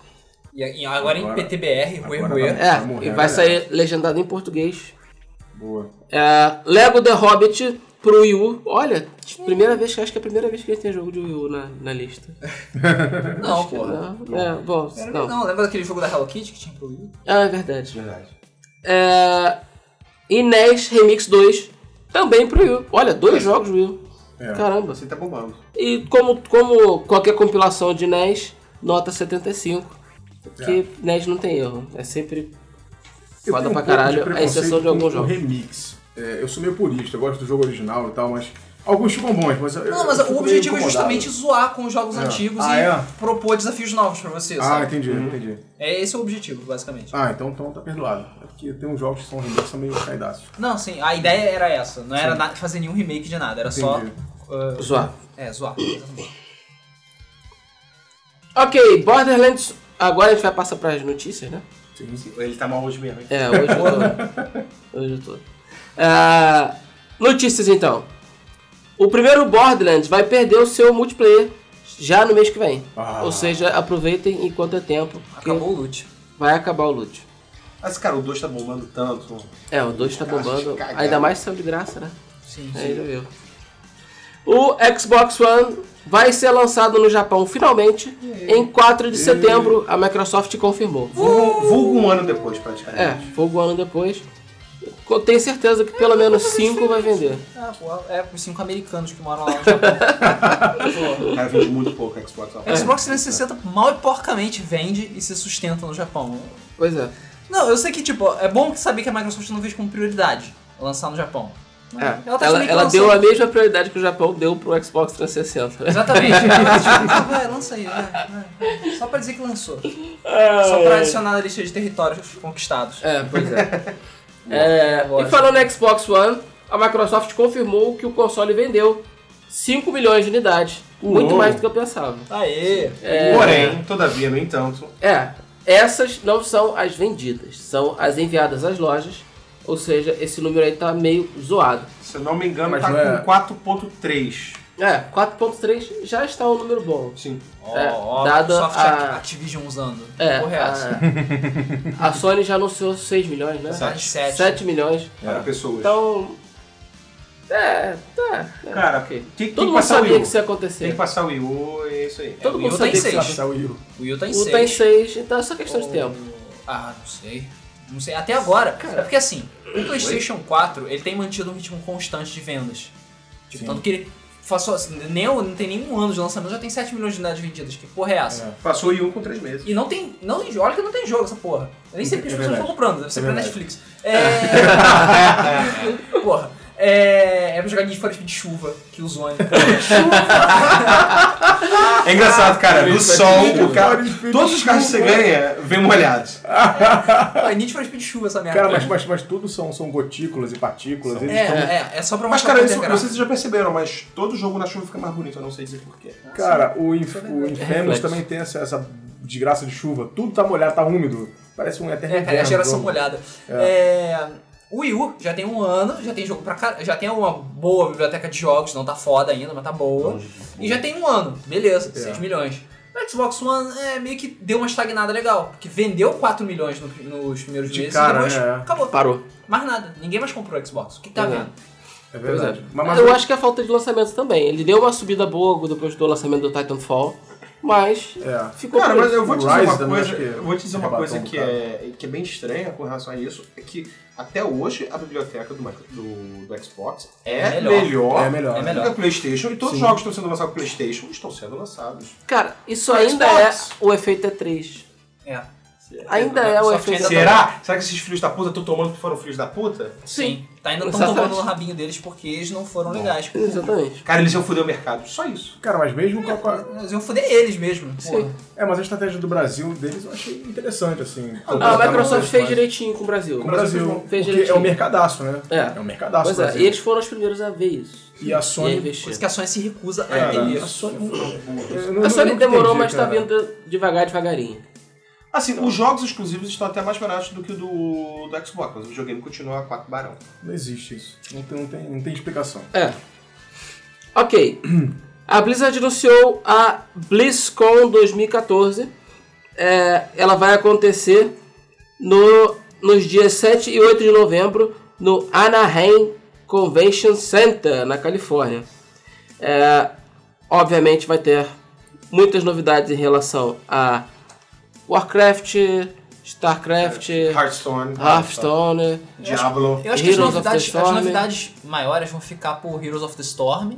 Speaker 2: E, e agora, em
Speaker 4: Agora-
Speaker 2: PTBR, ruê,
Speaker 4: agora
Speaker 2: ruê.
Speaker 4: vai.
Speaker 1: É,
Speaker 4: morrer,
Speaker 1: e vai
Speaker 4: galera.
Speaker 1: sair legendado em português.
Speaker 4: Boa.
Speaker 1: É, Lego The Hobbit pro Wii U. Olha, primeira vez, que acho que é a primeira vez que a gente tem jogo de Wii U na, na lista.
Speaker 2: Não, pô.
Speaker 1: Não, é, bom,
Speaker 2: Era-
Speaker 1: não.
Speaker 2: Não, lembra daquele jogo da Hello Kitty que tinha pro Wii?
Speaker 1: Ah, é verdade.
Speaker 3: Verdade.
Speaker 1: É, Inés Remix 2 também pro Wii U. Olha, dois jogos Wii U.
Speaker 4: É.
Speaker 1: Caramba.
Speaker 3: Você tá bombando.
Speaker 1: E como, como qualquer compilação de NES, nota 75.
Speaker 4: É.
Speaker 1: Porque NES não tem erro. É sempre
Speaker 4: Eu
Speaker 1: foda
Speaker 4: tenho um
Speaker 1: pra
Speaker 4: pouco de
Speaker 1: caralho, à
Speaker 4: preconceito
Speaker 1: exceção de
Speaker 4: com
Speaker 1: alguns
Speaker 4: o
Speaker 1: jogos.
Speaker 4: remix. É, eu sou meio purista, eu gosto do jogo original e tal, mas... Alguns ficam bons, mas... eu-
Speaker 2: Não, mas
Speaker 4: eu fico
Speaker 2: o
Speaker 4: meio
Speaker 2: objetivo é
Speaker 4: incomodado.
Speaker 2: justamente zoar com os jogos
Speaker 4: É.
Speaker 2: antigos
Speaker 4: Ah,
Speaker 2: e
Speaker 4: é?
Speaker 2: propor desafios novos pra você,
Speaker 4: Ah,
Speaker 2: sabe?
Speaker 4: entendi,
Speaker 3: Uhum.
Speaker 4: entendi.
Speaker 2: É esse é o objetivo, basicamente.
Speaker 4: Ah, então, então tá perdoado. É porque tem uns jogos que são remix que são meio caidaços.
Speaker 2: Não, sim, a ideia era essa. Não era na- fazer nenhum remake de nada, era
Speaker 4: Entendi.
Speaker 2: só. ah,
Speaker 1: Zoar.
Speaker 2: é, zoar.
Speaker 4: É.
Speaker 1: Ok, Borderlands. Agora a gente vai passar pras notícias, né?
Speaker 4: Sim, sim.
Speaker 3: Ele tá mal hoje mesmo, hein?
Speaker 1: É, hoje eu tô. hoje eu tô. Ah, notícias então. O primeiro Borderlands vai perder o seu multiplayer já no mês que vem.
Speaker 4: Ah.
Speaker 1: Ou seja, aproveitem enquanto é tempo, porque
Speaker 2: Acabou o loot.
Speaker 1: vai acabar o loot.
Speaker 3: Mas, cara, o 2 tá bombando tanto.
Speaker 1: É, o 2 tá
Speaker 3: Cara,
Speaker 1: bombando.
Speaker 3: cagada.
Speaker 1: Ainda mais saiu de graça, né?
Speaker 2: Sim,
Speaker 1: Aí já viu. O Xbox One vai ser lançado no Japão finalmente em 4 de setembro, a Microsoft confirmou.
Speaker 3: Vulgo, vulgo um ano depois, praticamente.
Speaker 1: É, fogo ano depois. Eu Tenho certeza que pelo menos 5 vai vender.
Speaker 2: Ah, pô, é os cinco americanos que moram lá no Japão.
Speaker 3: O cara vende muito pouco Xbox. ó.
Speaker 2: O Xbox 360 mal e porcamente vende e se sustenta no Japão.
Speaker 1: Pois é.
Speaker 2: Não, eu sei que, tipo, é bom saber que a Microsoft não fez como prioridade lançar no Japão.
Speaker 1: É,
Speaker 2: Ela
Speaker 1: Ela,
Speaker 2: tá
Speaker 1: ela,
Speaker 2: achando que
Speaker 1: deu
Speaker 2: lançou.
Speaker 1: a mesma prioridade que o Japão deu pro Xbox 360. né?
Speaker 2: Exatamente. Ah, vai, lança aí, vai, vai, vai. Só pra dizer que lançou. Só pra adicionar na lista de territórios conquistados.
Speaker 1: É, pois é. É,
Speaker 2: Lógico.
Speaker 1: e falando em Xbox One, a Microsoft confirmou que o console vendeu 5 milhões de unidades. Muito
Speaker 4: Uou.
Speaker 1: mais do que eu pensava.
Speaker 2: Aê!
Speaker 1: É,
Speaker 3: Porém, todavia, no entanto,
Speaker 1: É, essas não são as vendidas, são as enviadas às lojas. Ou seja, esse número aí tá meio zoado.
Speaker 3: se eu não me engano,
Speaker 4: Mas
Speaker 3: tá
Speaker 4: não é-
Speaker 3: com 4.3.
Speaker 1: É, 4.3 já está um número bom.
Speaker 3: Sim.
Speaker 2: Ó,
Speaker 1: É,
Speaker 2: ó,
Speaker 1: dado
Speaker 2: Microsoft
Speaker 1: a-
Speaker 2: Activision usando.
Speaker 1: É,
Speaker 2: Porra, é essa.
Speaker 1: a- a, Sony já anunciou 6 milhões, né?
Speaker 2: Tá em sete.
Speaker 1: 7 milhões.
Speaker 3: Para pessoas.
Speaker 1: Então. É, tá. é,
Speaker 3: Cara,
Speaker 1: ok.
Speaker 3: tem- tem que
Speaker 1: todo mundo
Speaker 3: passar o
Speaker 1: sabia
Speaker 3: Wii U.
Speaker 1: que isso ia
Speaker 3: Tem
Speaker 1: acontecer.
Speaker 3: que passar o Wii U, é isso aí.
Speaker 1: Todo
Speaker 2: o
Speaker 1: mundo
Speaker 2: Wii U tá em
Speaker 1: sabia que
Speaker 2: seis.
Speaker 1: isso ia
Speaker 4: Tá, o Will.
Speaker 2: O Will tá em
Speaker 1: acontecer. O
Speaker 2: 6.
Speaker 1: tem 6, então é só questão de tempo.
Speaker 2: Ah, não sei. Não sei. Até agora. é porque assim, o PlayStation 4 ele tem mantido um ritmo constante de vendas. Tipo,
Speaker 4: Sim.
Speaker 2: tanto que ele passou. assim, nem, não tem nenhum ano de lançamento, já tem 7 milhões de unidades vendidas. Que porra é essa?
Speaker 4: É.
Speaker 3: Passou o Wii U com 3 meses.
Speaker 2: E não tem. Não tem Olha que não tem jogo essa porra. Eu nem sei porque as
Speaker 4: É
Speaker 2: pessoas estão
Speaker 4: verdade.
Speaker 2: comprando, deve ser
Speaker 4: É
Speaker 2: pra
Speaker 4: verdade.
Speaker 2: Netflix. É. porra. É. É pra jogar Need for Speed chuva, que o Zone.
Speaker 3: É engraçado, cara. No sol, o carro.
Speaker 4: Cara,
Speaker 3: Todos os carros que você ganha vêm molhados.
Speaker 2: Ah, Need for Speed chuva essa merda.
Speaker 1: É.
Speaker 4: Cara, mas, mas, mas tudo são, são gotículas e partículas. Eles
Speaker 2: é,
Speaker 4: tão-
Speaker 2: é, é só pra
Speaker 3: Mas,
Speaker 2: mostrar
Speaker 3: cara,
Speaker 2: o
Speaker 3: isso,
Speaker 2: poder gráfico.
Speaker 3: vocês já perceberam, mas todo jogo na chuva fica mais bonito, eu não sei dizer porquê.
Speaker 4: Cara, o, Inf o Infamous
Speaker 1: reflexo.
Speaker 4: também tem essa, essa desgraça de chuva. Tudo tá molhado, tá úmido. Parece um eterno
Speaker 2: É, cara, é a
Speaker 4: inverno,
Speaker 2: geração
Speaker 4: jogo.
Speaker 2: molhada. É, O Wii U já tem um ano, já tem jogo pra caralho, já tem uma boa biblioteca de jogos, não tá foda ainda, mas tá boa. E já tem um ano, beleza, 6 milhões. O Xbox One é, meio que deu uma estagnada legal, porque vendeu 4 milhões no- nos primeiros
Speaker 4: De
Speaker 2: meses
Speaker 4: cara,
Speaker 2: e depois
Speaker 4: né?
Speaker 2: acabou.
Speaker 1: Parou.
Speaker 2: Mais nada. Ninguém mais comprou o Xbox. O que tá
Speaker 1: É.
Speaker 2: vendo?
Speaker 4: É
Speaker 1: Pois
Speaker 4: verdade.
Speaker 1: é.
Speaker 4: Mas, mas
Speaker 1: Eu acho que é falta de lançamento também. Ele deu uma subida boa depois do lançamento do Titanfall, mas
Speaker 4: É.
Speaker 1: ficou
Speaker 3: Cara,
Speaker 1: por
Speaker 3: mas
Speaker 1: isso.
Speaker 3: eu vou te dizer
Speaker 4: Rise
Speaker 3: uma
Speaker 4: também,
Speaker 3: coisa,
Speaker 4: né, acho que
Speaker 3: eu vou te dizer uma
Speaker 4: rebateu
Speaker 3: coisa
Speaker 4: um
Speaker 3: que
Speaker 4: bocado.
Speaker 3: é, que é bem estranha com relação a isso, é que até hoje a biblioteca do, Micro- do- do Xbox é,
Speaker 2: É melhor.
Speaker 3: melhor,
Speaker 4: É melhor.
Speaker 2: É
Speaker 3: do que
Speaker 2: melhor.
Speaker 3: a PlayStation e todos os
Speaker 4: Sim.
Speaker 3: jogos que estão sendo lançados pro PlayStation estão sendo lançados.
Speaker 1: Cara, isso
Speaker 3: Pro
Speaker 1: ainda
Speaker 3: Xbox.
Speaker 1: é o efeito E3.
Speaker 2: É.
Speaker 1: Ainda
Speaker 2: A
Speaker 1: é o
Speaker 2: Microsoft
Speaker 1: efeito.
Speaker 2: ainda tá-
Speaker 3: Será? Será que esses filhos da puta estão tomando que foram filhos da puta?
Speaker 1: Sim.
Speaker 2: Tá ainda tão
Speaker 1: Exatamente.
Speaker 2: tomando no rabinho deles porque eles não foram legais.
Speaker 1: Exatamente.
Speaker 3: Cara, eles iam foder o mercado, só isso.
Speaker 4: Cara, mas mesmo com a- com a,
Speaker 2: Eles iam foder eles mesmo. pô.
Speaker 1: Sim.
Speaker 4: É, mas a estratégia do Brasil deles eu achei interessante, assim.
Speaker 1: Ah, a
Speaker 4: Colocar
Speaker 1: Microsoft
Speaker 4: no-
Speaker 1: fez direitinho com o Brasil.
Speaker 4: Com o Brasil.
Speaker 1: Fez
Speaker 4: porque é
Speaker 1: direitinho.
Speaker 4: um mercadaço, né?
Speaker 1: É.
Speaker 4: um mercadaço.
Speaker 1: Pois
Speaker 4: o
Speaker 1: é,
Speaker 4: Brasil.
Speaker 1: e eles foram os primeiros a ver isso.
Speaker 4: E a
Speaker 1: E a
Speaker 4: Sony.
Speaker 2: Por
Speaker 1: investir.
Speaker 2: isso que a Sony se recusa a
Speaker 3: Cara,
Speaker 2: ter
Speaker 4: a
Speaker 2: isso.
Speaker 4: Sony, eu não-
Speaker 1: A Sony
Speaker 4: nunca
Speaker 1: demorou,
Speaker 4: entendi,
Speaker 1: mas tá
Speaker 4: cara.
Speaker 1: vindo devagar, devagarinho.
Speaker 3: Assim,
Speaker 2: Então.
Speaker 3: os jogos exclusivos estão até mais baratos do que o do, do Xbox, mas o videogame continua a 4 barão.
Speaker 4: Não existe isso. Não tem, não tem, não tem explicação.
Speaker 1: É. Ok. A Blizzard anunciou a BlizzCon 2014. É, ela vai acontecer no, nos dias 7 e 8 de novembro no Anaheim Convention Center, na Califórnia. É, obviamente vai ter muitas novidades em relação a Warcraft, StarCraft,
Speaker 3: É, Hearthstone,
Speaker 1: Hearthstone.
Speaker 3: Diablo.
Speaker 2: É. Eu acho que as
Speaker 1: Heroes of the
Speaker 2: novidades, as
Speaker 1: Storm.
Speaker 2: novidades maiores vão ficar por Heroes of the Storm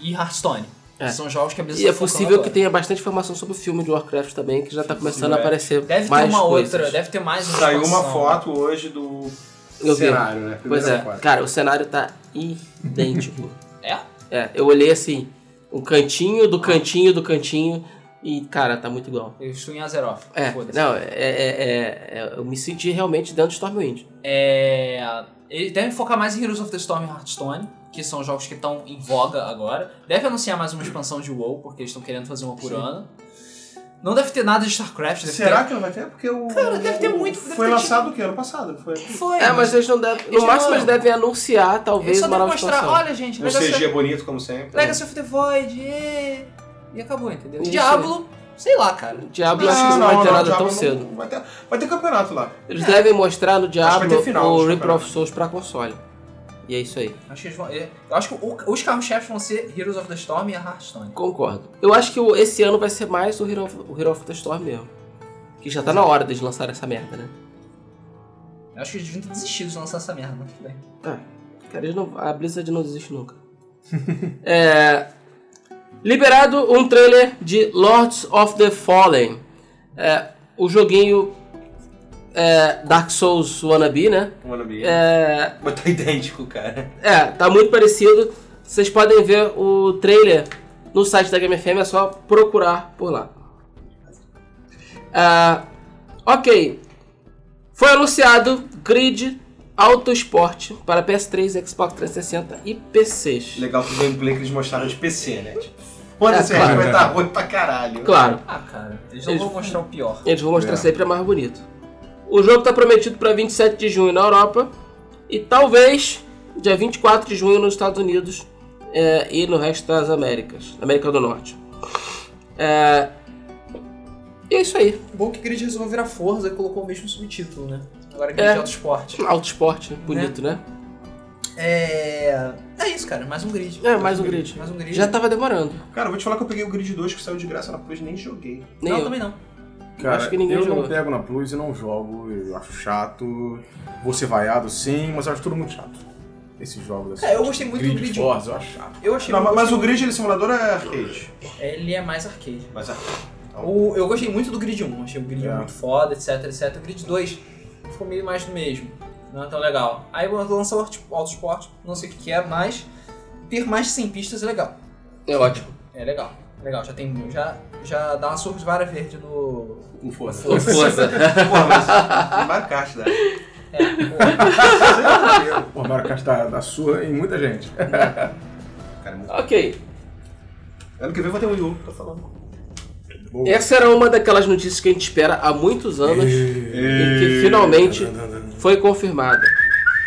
Speaker 2: e Hearthstone.
Speaker 1: É.
Speaker 2: Que são jogos que a Blizzard
Speaker 1: E é
Speaker 2: tá focando
Speaker 1: possível que
Speaker 2: agora.
Speaker 1: tenha bastante informação sobre o filme de Warcraft também, que já tá começando a
Speaker 3: é.
Speaker 1: aparecer
Speaker 2: Deve ter
Speaker 1: mais
Speaker 2: uma
Speaker 1: coisas.
Speaker 2: outra, deve ter mais uma
Speaker 3: Saiu uma
Speaker 2: expansão.
Speaker 3: foto hoje do
Speaker 1: Eu vi.
Speaker 4: Cenário, né?
Speaker 1: Pois
Speaker 4: Primeira
Speaker 1: é,
Speaker 4: foto.
Speaker 1: cara, o cenário tá idêntico.
Speaker 2: É?
Speaker 1: é, eu olhei assim, o cantinho do cantinho do cantinho, e cara, tá muito igual.
Speaker 2: Eu estou em Azeroth.
Speaker 1: É,
Speaker 2: Foda-se.
Speaker 1: não, é, é- é- é- eu me senti realmente dentro de Stormwind.
Speaker 2: É, Eles devem focar mais em Heroes of the Storm e Hearthstone, que são jogos que estão em voga agora. Deve anunciar mais uma expansão de WoW, porque eles estão querendo fazer uma por ano. Não deve ter nada de StarCraft. Deve
Speaker 3: Será
Speaker 2: ter...
Speaker 3: que não vai ter? Porque o.
Speaker 2: Cara, deve ter
Speaker 3: o-
Speaker 2: muito, deve
Speaker 3: Foi
Speaker 2: ter
Speaker 3: lançado o que? Ano passado? Foi.
Speaker 2: Foi,
Speaker 1: É, mas eles não devem. No
Speaker 2: Eles
Speaker 1: máximo
Speaker 2: não.
Speaker 1: eles devem anunciar,
Speaker 2: eles
Speaker 1: talvez,
Speaker 2: só
Speaker 1: uma
Speaker 2: devem
Speaker 1: nova
Speaker 2: mostrar,
Speaker 1: expansão.
Speaker 2: olha gente,
Speaker 3: Um
Speaker 2: Legacy,
Speaker 3: CG bonito, como sempre.
Speaker 2: Legacy of the Void, é... e acabou, entendeu?
Speaker 1: Isso.
Speaker 2: Diablo, é. sei lá, cara.
Speaker 1: Diablo, eu acho que não vai ter nada
Speaker 3: Diablo
Speaker 1: tão
Speaker 3: assim, não-
Speaker 1: cedo.
Speaker 3: Vai ter, vai ter campeonato lá.
Speaker 1: Eles devem mostrar no
Speaker 3: vai
Speaker 1: Diablo
Speaker 3: ter final, acho
Speaker 1: o
Speaker 3: que
Speaker 1: Reaper
Speaker 3: vai.
Speaker 1: of Souls pra console. E é isso aí.
Speaker 2: Acho que eles vão... é, Eu acho que o- os carros-chefes vão ser Heroes of the Storm e Hearthstone.
Speaker 1: Concordo. Eu acho que o- esse ano vai ser mais o Hero, of- o Hero of the Storm mesmo. Que já tá na hora deles lançar essa merda, né?
Speaker 2: Eu acho que eles deviam ter desistido de lançar essa merda, mas tudo bem.
Speaker 1: Cara, eles não- a Blizzard não desiste nunca. É, liberado um trailer de Lords of the Fallen. É, o joguinho é, Dark Souls Wannabe, né?
Speaker 3: É. Mas tá idêntico, cara.
Speaker 1: É, tá muito parecido. Vocês podem ver o trailer no site da Game FM, é só procurar por lá. Ah, ok. Foi anunciado Grid Autosport para PS3, Xbox 360 e PCs.
Speaker 3: Legal que o gameplay que eles mostraram de PC, né? Tipo, Pode
Speaker 1: É,
Speaker 3: ser,
Speaker 1: claro.
Speaker 3: vai estar ruim pra caralho.
Speaker 1: Claro,
Speaker 2: Ah, cara, eles não
Speaker 1: Eles-
Speaker 2: vão mostrar o pior.
Speaker 1: eles vão mostrar
Speaker 4: É.
Speaker 1: sempre a mais bonito. O jogo está prometido para 27 de junho na Europa e talvez dia 24 de junho nos Estados Unidos é, e no resto das Américas, América do Norte. É, e é isso aí.
Speaker 2: Bom que Grid resolveu virar Forza e colocou o mesmo subtítulo, né? Agora
Speaker 1: É.
Speaker 2: Grid é. Autosport.
Speaker 1: Alto esporte, bonito, né?
Speaker 2: É. É isso, cara. Mais um Grid.
Speaker 1: É, mais um grid.
Speaker 2: Mais um Grid.
Speaker 1: Já tava demorando.
Speaker 3: Cara, eu vou te falar que eu peguei o Grid 2 que saiu de graça na Plus nem joguei.
Speaker 1: Nem
Speaker 2: não,
Speaker 1: eu.
Speaker 2: também não.
Speaker 4: Cara,
Speaker 1: Acho que ninguém
Speaker 4: eu
Speaker 1: jogou.
Speaker 4: não pego na Plus e não jogo, eu acho chato. Vou ser vaiado sim, mas eu acho tudo muito chato. Esses jogos assim.
Speaker 2: É, eu gostei muito
Speaker 4: Grid
Speaker 2: do Grid
Speaker 4: Forza, eu acho chato.
Speaker 2: Eu achei
Speaker 3: Não,
Speaker 2: muito-
Speaker 3: mas, mas o Grid ele simulador é arcade.
Speaker 2: Ele é mais arcade.
Speaker 3: Mas arcade.
Speaker 2: O- eu gostei muito do Grid 1. Achei o Grid
Speaker 4: É.
Speaker 2: 1 muito foda, etc, etc. O Grid 2 ficou meio mais do mesmo. Não é tão legal. Aí lançou o Auto- Autosport, não sei o que que é, mas ter mais 100 pistas é legal.
Speaker 1: É ótimo.
Speaker 2: É legal. Legal, já tem. Já, já dá uma survivara verde no,
Speaker 3: Com força.
Speaker 1: Com força.
Speaker 3: Porra, mas. Mario Kart, né?
Speaker 2: É, pô,
Speaker 3: Cara,
Speaker 4: Pô, Mario Kart da, da sua em muita gente.
Speaker 3: é muito-
Speaker 1: ok.
Speaker 3: ano que vem vai ter um Wii U, tô falando.
Speaker 4: Boa.
Speaker 1: Essa era uma daquelas notícias que a gente espera há muitos anos
Speaker 4: E-
Speaker 1: e que finalmente foi confirmada.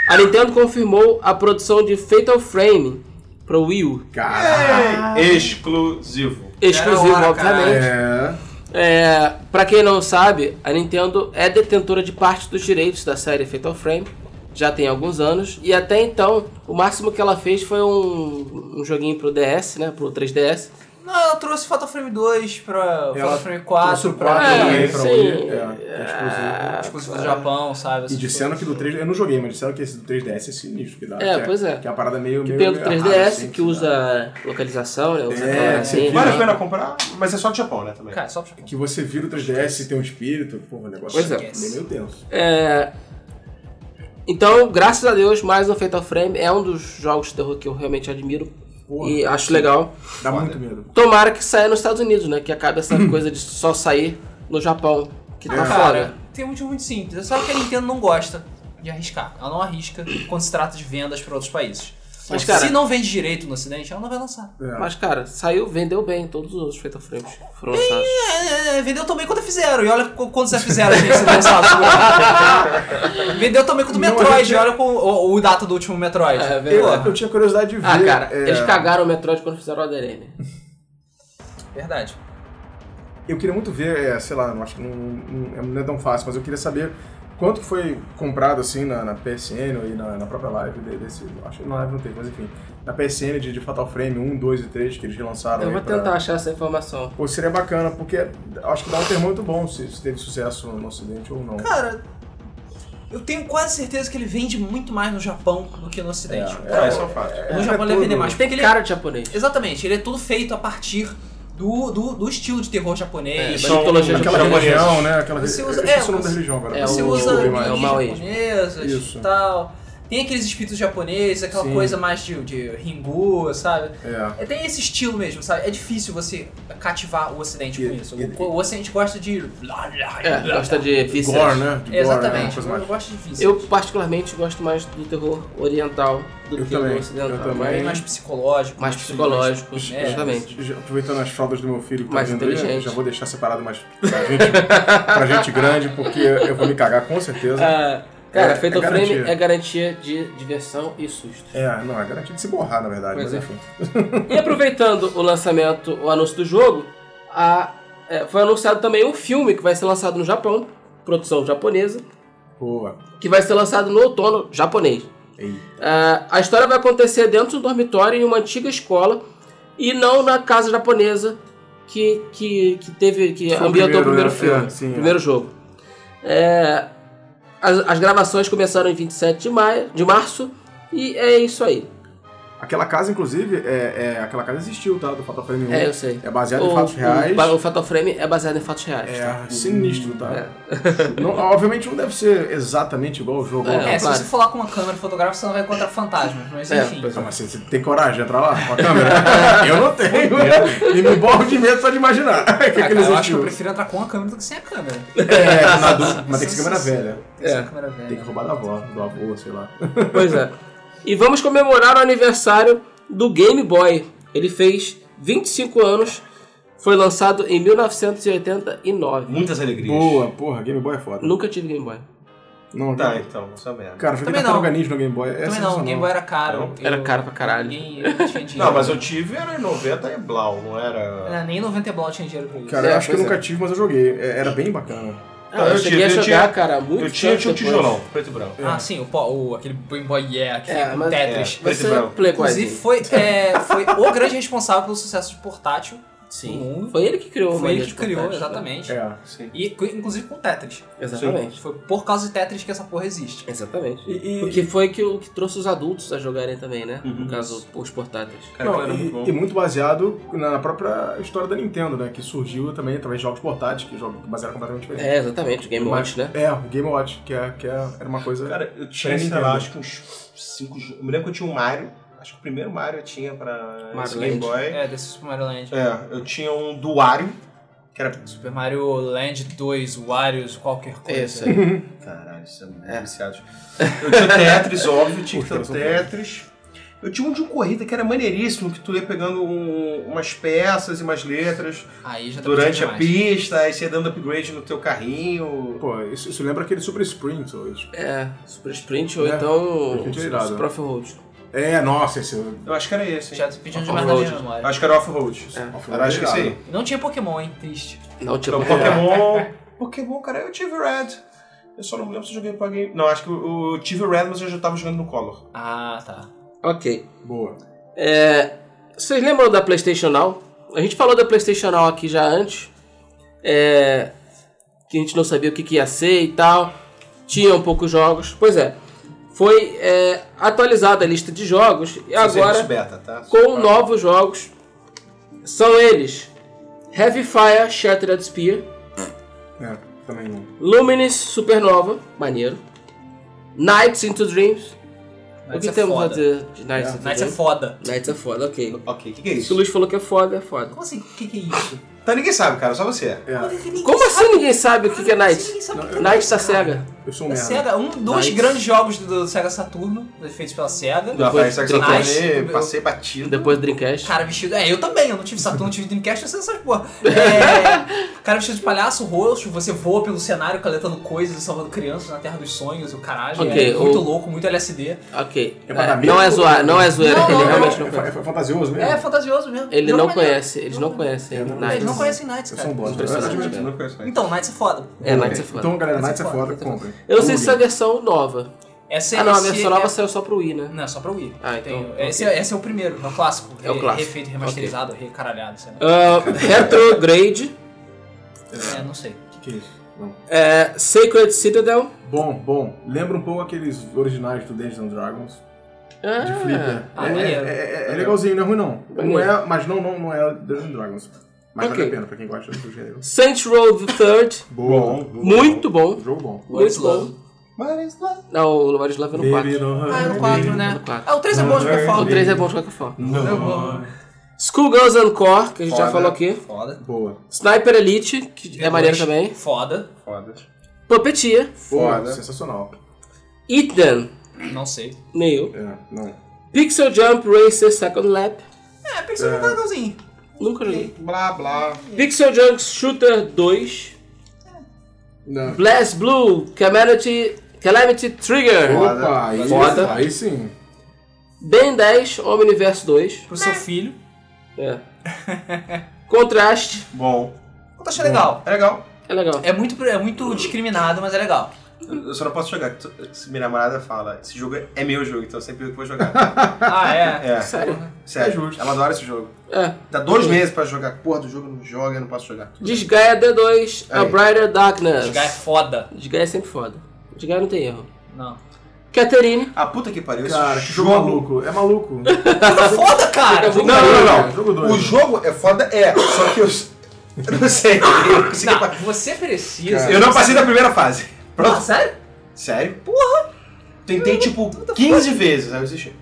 Speaker 1: A Nintendo confirmou a produção de Fatal Frame Pro Wii U.
Speaker 4: Caralho.
Speaker 3: Exclusivo.
Speaker 1: Exclusivo,
Speaker 2: Era hora,
Speaker 1: obviamente.
Speaker 4: É.
Speaker 1: É, pra quem não sabe, a Nintendo é detentora de parte dos direitos da série Fatal Frame, já tem alguns anos, e até então o máximo que ela fez foi um, um joguinho pro DS, né? Pro 3DS.
Speaker 2: Não, ela trouxe Fatal Frame 2 pra Fatal Frame
Speaker 4: trouxe
Speaker 2: 4,
Speaker 4: o 4
Speaker 1: É,
Speaker 4: também pra
Speaker 1: sim.
Speaker 4: Wii. É, é exclusivo.
Speaker 2: exclusivo do Japão, sabe?
Speaker 4: E
Speaker 2: essas
Speaker 4: disseram
Speaker 2: coisas.
Speaker 4: que do 3 Eu não joguei, mas disseram que esse do 3DS é sinistro. Que dá,
Speaker 1: É,
Speaker 4: que
Speaker 1: pois é.
Speaker 4: Que é a parada meio.
Speaker 1: Que
Speaker 4: meio
Speaker 1: tem o
Speaker 4: errada,
Speaker 1: 3DS
Speaker 4: assim,
Speaker 1: que
Speaker 4: dá.
Speaker 1: usa localização, né? Usa
Speaker 4: É,
Speaker 1: aquela
Speaker 4: sim.
Speaker 1: linha.
Speaker 3: Vale a pena comprar, mas é só do Japão, né, também.
Speaker 2: Cara, só pro Japão.
Speaker 4: Que você vira o 3DS e tem um espírito. Porra, o negócio
Speaker 1: Pois é.
Speaker 4: meio, meio tenso.
Speaker 1: É, Então, graças a Deus, mais um Fatal Frame é um dos jogos de terror que eu realmente admiro
Speaker 4: Porra,
Speaker 1: e acho legal.
Speaker 4: Dá muito medo.
Speaker 1: Tomara que saia nos Estados Unidos, né? Que acabe essa coisa de só sair no Japão, que tá
Speaker 4: É.
Speaker 1: fora.
Speaker 2: Cara, tem um motivo muito simples. É só que a Nintendo não gosta de arriscar. Ela não arrisca quando se trata de vendas pra outros países.
Speaker 1: Mas, cara-
Speaker 2: se não vende direito no ocidente, ela não vai lançar.
Speaker 4: É.
Speaker 1: Mas, cara, saiu, vendeu bem todos os outros Fatal Frames que foram lançados.
Speaker 2: É, é, vendeu também quando fizeram. E olha qu- quando já fizeram, gente, se lançados. vendeu também quando o
Speaker 4: Não, a
Speaker 2: Metroid.
Speaker 4: gente-
Speaker 2: E olha com o, o data do último Metroid.
Speaker 1: É,
Speaker 2: Pô,
Speaker 4: eu, eu tinha curiosidade de ver.
Speaker 1: Ah, cara,
Speaker 4: é,
Speaker 1: eles cagaram o Metroid quando fizeram o ADM.
Speaker 2: Verdade.
Speaker 4: Eu queria muito ver, é, sei lá, não acho que não, não- não é tão fácil, mas eu queria saber quanto que foi comprado assim na, na PSN ou aí na, na própria live de- desse. Acho que na live não teve, mas enfim. Na PSN de, de Fatal Frame 1, 2 e 3 que eles relançaram.
Speaker 1: Eu
Speaker 4: aí
Speaker 1: vou
Speaker 4: pra-
Speaker 1: tentar achar essa informação.
Speaker 4: Pô, seria bacana, porque acho que dá um termômetro bom se, se teve sucesso no Ocidente ou não.
Speaker 2: Cara, eu tenho quase certeza que ele vende muito mais no Japão do que no ocidente.
Speaker 4: É,
Speaker 3: Ah, isso é um fato.
Speaker 4: É,
Speaker 2: no
Speaker 4: é
Speaker 2: Japão ele vai vender
Speaker 4: tudo.
Speaker 2: mais. Porque
Speaker 1: Tem
Speaker 2: ele
Speaker 1: cara de japonês.
Speaker 2: Exatamente, ele é tudo feito a partir do, do, do estilo de terror japonês.
Speaker 1: É, mas- mitologia
Speaker 4: Aquela
Speaker 1: japonesa.
Speaker 4: religião, né? Aquela
Speaker 2: Você
Speaker 4: eu
Speaker 2: usa-
Speaker 4: esqueci
Speaker 2: é,
Speaker 4: o nome da
Speaker 2: você-
Speaker 4: religião agora.
Speaker 1: é,
Speaker 4: mas
Speaker 2: Você
Speaker 4: eu
Speaker 1: o-
Speaker 2: usa
Speaker 4: não
Speaker 1: o-
Speaker 4: vi
Speaker 1: é o
Speaker 4: mais.
Speaker 1: mal-
Speaker 2: linhas japonesas
Speaker 4: Isso.
Speaker 2: e tal. Tem aqueles espíritos japoneses, aquela
Speaker 4: Sim.
Speaker 2: coisa mais de, de Ringu, sabe?
Speaker 4: É.
Speaker 2: É, Tem esse estilo mesmo, sabe? É difícil você cativar o ocidente
Speaker 4: E-
Speaker 2: com isso.
Speaker 4: e-
Speaker 2: o, o ocidente gosta de... Blá, blá,
Speaker 1: É,
Speaker 2: blá,
Speaker 1: gosta
Speaker 2: blá.
Speaker 1: de vísceras.
Speaker 4: Gore, né? De gore, né? Uma
Speaker 2: Exatamente,
Speaker 4: coisa
Speaker 2: eu,
Speaker 4: mais-
Speaker 2: eu gosto de vísceras.
Speaker 1: Eu particularmente gosto mais do terror oriental do
Speaker 4: Eu
Speaker 1: que
Speaker 4: também,
Speaker 1: do ocidental.
Speaker 4: eu também.
Speaker 2: Bem mais psicológico.
Speaker 1: Mais psicológico,
Speaker 2: mais- é,
Speaker 1: exatamente.
Speaker 4: Já- Aproveitando as fraldas do meu filho que
Speaker 1: Mais
Speaker 4: tá vindo aí,
Speaker 1: inteligente.
Speaker 4: já vou deixar separado mais pra gente, pra gente grande, porque eu vou me cagar com certeza.
Speaker 1: Ah, cara,
Speaker 4: É,
Speaker 1: Fatal
Speaker 4: é
Speaker 1: Frame
Speaker 4: garantia.
Speaker 1: é garantia de diversão e susto.
Speaker 4: É, não, é garantido de se borrar, na verdade,
Speaker 1: Pois
Speaker 4: mas
Speaker 1: é.
Speaker 4: enfim.
Speaker 1: E aproveitando o lançamento, o anúncio do jogo, a- é, foi anunciado também um filme que vai ser lançado no Japão, produção japonesa,
Speaker 4: Boa.
Speaker 1: que vai ser lançado no outono japonês.
Speaker 4: Ei.
Speaker 1: Ah, a história vai acontecer dentro do dormitório em uma antiga escola e não na casa japonesa que, que, que teve que
Speaker 4: Foi o
Speaker 1: ambientou o primeiro
Speaker 4: primeiro, né?
Speaker 1: filme,
Speaker 4: É, sim, é.
Speaker 1: primeiro jogo. É, as, as gravações começaram em 27 de maio, de março e é isso aí.
Speaker 4: Aquela casa, inclusive, é, é- aquela casa existiu, tá? Do Fatal Frame 1.
Speaker 1: É, eu sei.
Speaker 4: É baseado em fatos reais.
Speaker 1: O, o Fatal Frame é baseado em fatos reais. tá?
Speaker 4: É sinistro, tá? Não, obviamente não deve ser exatamente igual o jogo.
Speaker 1: É,
Speaker 4: óbvio.
Speaker 2: É,
Speaker 1: claro.
Speaker 2: se você falar com uma câmera fotográfica, você não vai encontrar fantasmas, mas
Speaker 1: É,
Speaker 2: enfim. Ah,
Speaker 4: Mas, mas você, você tem coragem de entrar lá com a câmera? eu não tenho. e me borro de medo só de imaginar. é que
Speaker 2: Ah, cara,
Speaker 4: aqueles
Speaker 2: eu acho que eu
Speaker 4: estilos.
Speaker 2: prefiro entrar com a câmera do que sem a câmera.
Speaker 4: É, na dúvida, mas tem que ser câmera velha.
Speaker 2: Tem que ser
Speaker 1: É.
Speaker 2: a câmera
Speaker 4: Tem que
Speaker 2: velha.
Speaker 4: roubar da avó, do avô, sei lá.
Speaker 1: Pois é. E vamos comemorar o aniversário do Game Boy. Ele fez 25 anos, foi lançado em 1989.
Speaker 3: Muitas alegrias.
Speaker 4: Boa, porra, Game Boy é foda.
Speaker 1: Nunca tive Game Boy.
Speaker 4: Não,
Speaker 3: Tá,
Speaker 4: cara,
Speaker 3: então, isso é merda.
Speaker 4: cara, joguei
Speaker 2: Também não.
Speaker 4: Tartaruga Ninja no Game Boy. É
Speaker 2: Também não, o Game Boy era caro.
Speaker 1: Era caro pra caralho.
Speaker 2: Ninguém eu não tinha dinheiro.
Speaker 3: Não, mas eu tive, era em 90 e Blau, não era.
Speaker 2: É, nem 90 e Blau tinha dinheiro pra isso.
Speaker 4: Cara, eu
Speaker 1: É,
Speaker 4: acho que eu
Speaker 1: pois
Speaker 4: nunca tive, mas eu joguei. É, Era bem bacana.
Speaker 1: Ah,
Speaker 3: Tá, eu
Speaker 1: eu cheguei
Speaker 3: tive,
Speaker 1: a
Speaker 3: eu
Speaker 1: jogar,
Speaker 3: tinha-
Speaker 1: cara, muito
Speaker 3: eu tinha, eu tinha um
Speaker 1: depois.
Speaker 3: tijolão, preto e branco.
Speaker 2: Ah, sim, o, pó- o- aquele Game Boy Yeah, aquele
Speaker 1: É, mas-
Speaker 2: Tetris.
Speaker 3: Preto e
Speaker 1: Você é
Speaker 3: branco.
Speaker 1: playboy.
Speaker 2: Inclusive, foi, é, foi o grande responsável pelo sucesso de portátil. do
Speaker 1: Sim.
Speaker 2: mundo.
Speaker 1: Foi ele que criou o
Speaker 2: Foi ele
Speaker 1: Mania
Speaker 2: que
Speaker 1: de
Speaker 2: criou,
Speaker 1: Portátil, né?
Speaker 2: exatamente.
Speaker 4: É.
Speaker 3: Sim.
Speaker 2: E, inclusive com Tetris.
Speaker 1: Exatamente.
Speaker 2: Foi por causa de Tetris que essa porra existe.
Speaker 1: Exatamente.
Speaker 4: E- e-
Speaker 1: Porque foi que o que trouxe os adultos a jogarem também, né? No caso, os portáteis.
Speaker 3: Cara,
Speaker 4: Não,
Speaker 3: aquilo era
Speaker 4: e,
Speaker 3: muito bom.
Speaker 4: e muito baseado na própria história da Nintendo, né? Que surgiu também através de jogos portáteis, que jogos mas era completamente diferente.
Speaker 1: É, exatamente. o Game Watch, né?
Speaker 4: É, o Game Watch, que, é, que é, era uma coisa.
Speaker 3: Cara, eu tinha,
Speaker 4: Pra
Speaker 3: sei
Speaker 4: Nintendo.
Speaker 3: lá, acho que uns 5 jogos. Eu me lembro que eu tinha um Mario. Acho que o primeiro Mario eu tinha pra
Speaker 1: Mario
Speaker 3: esse Game
Speaker 1: Land.
Speaker 3: Boy. É.
Speaker 2: É, desse Super Mario Land.
Speaker 3: eu tinha um do Wario, que era.
Speaker 2: Super Mario Land 2, Warriors, qualquer coisa.
Speaker 1: É Isso aí.
Speaker 3: é. Caralho, isso é muito
Speaker 1: É.
Speaker 3: viciado. Eu tinha o Tetris, óbvio, tinha que ter
Speaker 4: Puxa,
Speaker 3: o
Speaker 4: são
Speaker 3: Tetris. Eu tinha um de um corrida que era maneiríssimo, que tu ia pegando um- umas peças e umas letras
Speaker 2: Aí já tá
Speaker 3: durante a
Speaker 2: demais.
Speaker 3: pista, aí você ia dando upgrade no teu carrinho.
Speaker 4: Pô, isso, isso lembra aquele Super Sprint hoje.
Speaker 1: É, Super Sprint ou
Speaker 4: É,
Speaker 1: então
Speaker 4: Super Sprint é irado.
Speaker 1: Super Off-Road.
Speaker 4: É, nossa, esse.
Speaker 3: Eu acho que era esse, hein?
Speaker 1: tá.
Speaker 2: Já tá pedindo de
Speaker 1: Off-road.
Speaker 2: mais na minha memória.
Speaker 3: Eu acho que era off-road.
Speaker 1: É.
Speaker 4: Off-road
Speaker 3: Era, acho que esse aí.
Speaker 2: Não tinha Pokémon, hein? Triste.
Speaker 1: Não, tipo,
Speaker 3: Então, Pokémon. Pokémon, cara, eu tive Red. Eu só não lembro se eu joguei pra game. Não, acho que eu, eu tive Red, mas eu já tava jogando no Color.
Speaker 2: Ah, tá.
Speaker 1: ok.
Speaker 4: Boa.
Speaker 1: É, vocês lembram da PlayStation Now? A gente falou da PlayStation Now aqui já antes. é, que a gente não sabia o que, que ia ser e tal. Tinha um pouco jogos. Pois é. Foi é, atualizada a lista de jogos e
Speaker 3: Serviço
Speaker 1: agora
Speaker 3: beta, tá?
Speaker 1: com novos jogos. São eles: Heavy Fire Shattered Spear,
Speaker 4: É, também não.
Speaker 1: Luminous Supernova, maneiro. Nights into Dreams. o que
Speaker 2: Knights é
Speaker 1: temos a
Speaker 2: foda.
Speaker 1: dizer de Nights into
Speaker 2: Knights é
Speaker 1: Dreams?
Speaker 2: foda.
Speaker 1: Nights é foda, ok.
Speaker 3: Ok, o que, que é
Speaker 1: Se o
Speaker 3: isso?
Speaker 1: Luiz falou que é foda, é foda.
Speaker 2: Como assim? O que, que é isso?
Speaker 3: Então ninguém sabe, cara, só você.
Speaker 4: É,
Speaker 1: Como assim ninguém sabe o que, que é Night?
Speaker 2: Ninguém sabe o que que
Speaker 1: Night
Speaker 2: é
Speaker 1: tá
Speaker 2: Knights, cara.
Speaker 1: cega.
Speaker 4: eu sou um
Speaker 2: Da
Speaker 1: assim,
Speaker 4: merda.
Speaker 2: Sega, um, dois
Speaker 1: Nice.
Speaker 2: grandes jogos do, do Sega Saturno, feitos pela Sega.
Speaker 3: Do Rafael Saxon
Speaker 2: Nice.
Speaker 3: Turnê, passei batido.
Speaker 1: Depois do Dreamcast.
Speaker 2: Cara vestido. É, eu também, eu não tive Saturno, não tive Dreamcast, eu sei essas porra. É, cara vestido de palhaço, roxo, você voa pelo cenário coletando coisas, salvando crianças na Terra dos Sonhos, e o caralho.
Speaker 1: Ok,
Speaker 2: é muito
Speaker 1: o-
Speaker 2: louco, muito LSD.
Speaker 1: Ok.
Speaker 4: É pra dar
Speaker 1: É, não é
Speaker 4: medo?
Speaker 1: zoar, não é zoeira.
Speaker 2: Não, não,
Speaker 1: ele
Speaker 2: não.
Speaker 1: realmente não
Speaker 4: é,
Speaker 1: conhece.
Speaker 4: é, é fantasioso mesmo?
Speaker 2: É, fantasioso mesmo.
Speaker 1: Ele
Speaker 2: Jogo
Speaker 1: não
Speaker 2: maneiro.
Speaker 1: conhece, eles não conhecem
Speaker 4: Eu não-
Speaker 1: Nights.
Speaker 2: Eles não conhecem Knights,
Speaker 4: Eu
Speaker 2: cara.
Speaker 4: sou um bosta.
Speaker 1: Impressionante.
Speaker 4: Eu admito.
Speaker 3: Não conheço, né?
Speaker 2: Então, Knights é foda.
Speaker 1: É, Nights é foda.
Speaker 4: Então, galera,
Speaker 2: Knights
Speaker 4: Nights
Speaker 2: é
Speaker 4: é
Speaker 2: foda,
Speaker 4: foda,
Speaker 2: Knights é foda.
Speaker 4: comprem.
Speaker 1: Eu não sei se
Speaker 4: Julguem.
Speaker 1: a versão é nova.
Speaker 2: Essa,
Speaker 1: Ah, não, a
Speaker 2: esse
Speaker 1: versão
Speaker 2: é-
Speaker 1: nova saiu só pro Wii, né?
Speaker 2: Não, é só pra Wii.
Speaker 1: Ah,
Speaker 2: Tem-
Speaker 1: então, ok.
Speaker 2: esse, é- esse é o primeiro, é o clássico.
Speaker 1: É o
Speaker 2: Re-
Speaker 1: clássico.
Speaker 2: Refeito, remasterizado, recaralhado, sei lá.
Speaker 1: Ah, Retrograde,
Speaker 2: É, não sei.
Speaker 4: Que que é isso? Não.
Speaker 1: é, Sacred Citadel.
Speaker 4: Bom, bom. Lembra um pouco aqueles originais do Dungeons and Dragons.
Speaker 1: Ah,
Speaker 4: De flipper.
Speaker 2: Ah,
Speaker 4: é,
Speaker 2: maneiro.
Speaker 4: é- é- é legalzinho, não é ruim não. Não
Speaker 1: Maneiro.
Speaker 4: é, mas não, não, não é Dungeons and Dragons. Mas
Speaker 1: Ok.
Speaker 4: vale a pena pra quem gosta do gênero.
Speaker 1: Saints Row the Third.
Speaker 4: Boa.
Speaker 1: Muito bom.
Speaker 4: Jogo bom.
Speaker 1: Muito bom.
Speaker 3: Mas lá.
Speaker 1: Não, o Ladislav é no 4.
Speaker 2: Ah, é no 4, né?
Speaker 1: Uhum. No quatro.
Speaker 2: Ah, o 3 é bom de qualquer
Speaker 1: O
Speaker 2: forma.
Speaker 1: 3 é bom de qualquer forma.
Speaker 2: É bom.
Speaker 1: Schoolgirls and Core, que a gente já
Speaker 3: Foda.
Speaker 1: falou aqui.
Speaker 2: Foda.
Speaker 4: Boa.
Speaker 1: Sniper Elite, que é maneiro também.
Speaker 2: Foda.
Speaker 4: tá
Speaker 3: Foda.
Speaker 1: Puppeteer.
Speaker 4: Foda.
Speaker 3: Foda.
Speaker 4: Sensacional.
Speaker 1: Eat Them.
Speaker 2: Não sei.
Speaker 1: Neil.
Speaker 4: É, não.
Speaker 1: Pixel Jump Racer Second Lap.
Speaker 2: É, pensei que é legalzinho.
Speaker 1: Nunca joguei.
Speaker 3: Blá, blá.
Speaker 1: Pixel Junk Shooter 2.
Speaker 4: Não.
Speaker 1: Blast Blue Calamity, Calamity Trigger.
Speaker 3: Foda.
Speaker 4: Opa, aí,
Speaker 1: Foda.
Speaker 4: aí sim.
Speaker 1: Ben 10 Omniverse 2.
Speaker 2: Pro seu filho.
Speaker 1: É. Contraste.
Speaker 3: Bom.
Speaker 2: Eu tô achando legal.
Speaker 3: É legal.
Speaker 1: É legal.
Speaker 2: É muito, é muito discriminado, mas é legal.
Speaker 3: Eu eu só não posso jogar. tu- Se minha namorada fala, esse jogo é meu jogo, então eu sempre vou jogar.
Speaker 2: Ah, é.
Speaker 3: É,
Speaker 1: Sério.
Speaker 3: sério. Ela adora esse jogo.
Speaker 1: É.
Speaker 3: Dá dois meses pra jogar. Porra do jogo, não joga, eu não posso jogar.
Speaker 1: Desgaia D2. A
Speaker 3: Aí.
Speaker 1: Brighter Darkness.
Speaker 2: Jogar é foda.
Speaker 1: Desgaia é sempre foda. Desgaia não tem erro.
Speaker 2: Não.
Speaker 1: Catherine.
Speaker 3: Ah, puta que pariu. esse
Speaker 4: Cara, que jogo maluco. É maluco.
Speaker 2: Tá foda, cara!
Speaker 1: Jogo-
Speaker 3: Não, não, não.
Speaker 4: É, Jogo doido.
Speaker 3: O jogo é foda, é. Só que eu. eu não sei. Eu não, consegui
Speaker 2: Não,
Speaker 3: pa-
Speaker 2: você precisa.
Speaker 4: Cara.
Speaker 3: eu não passei da primeira fase.
Speaker 2: Ah,
Speaker 3: Pronto.
Speaker 2: sério?
Speaker 3: Sério? Porra. Tentei tipo 15 vezes, aí eu desisti.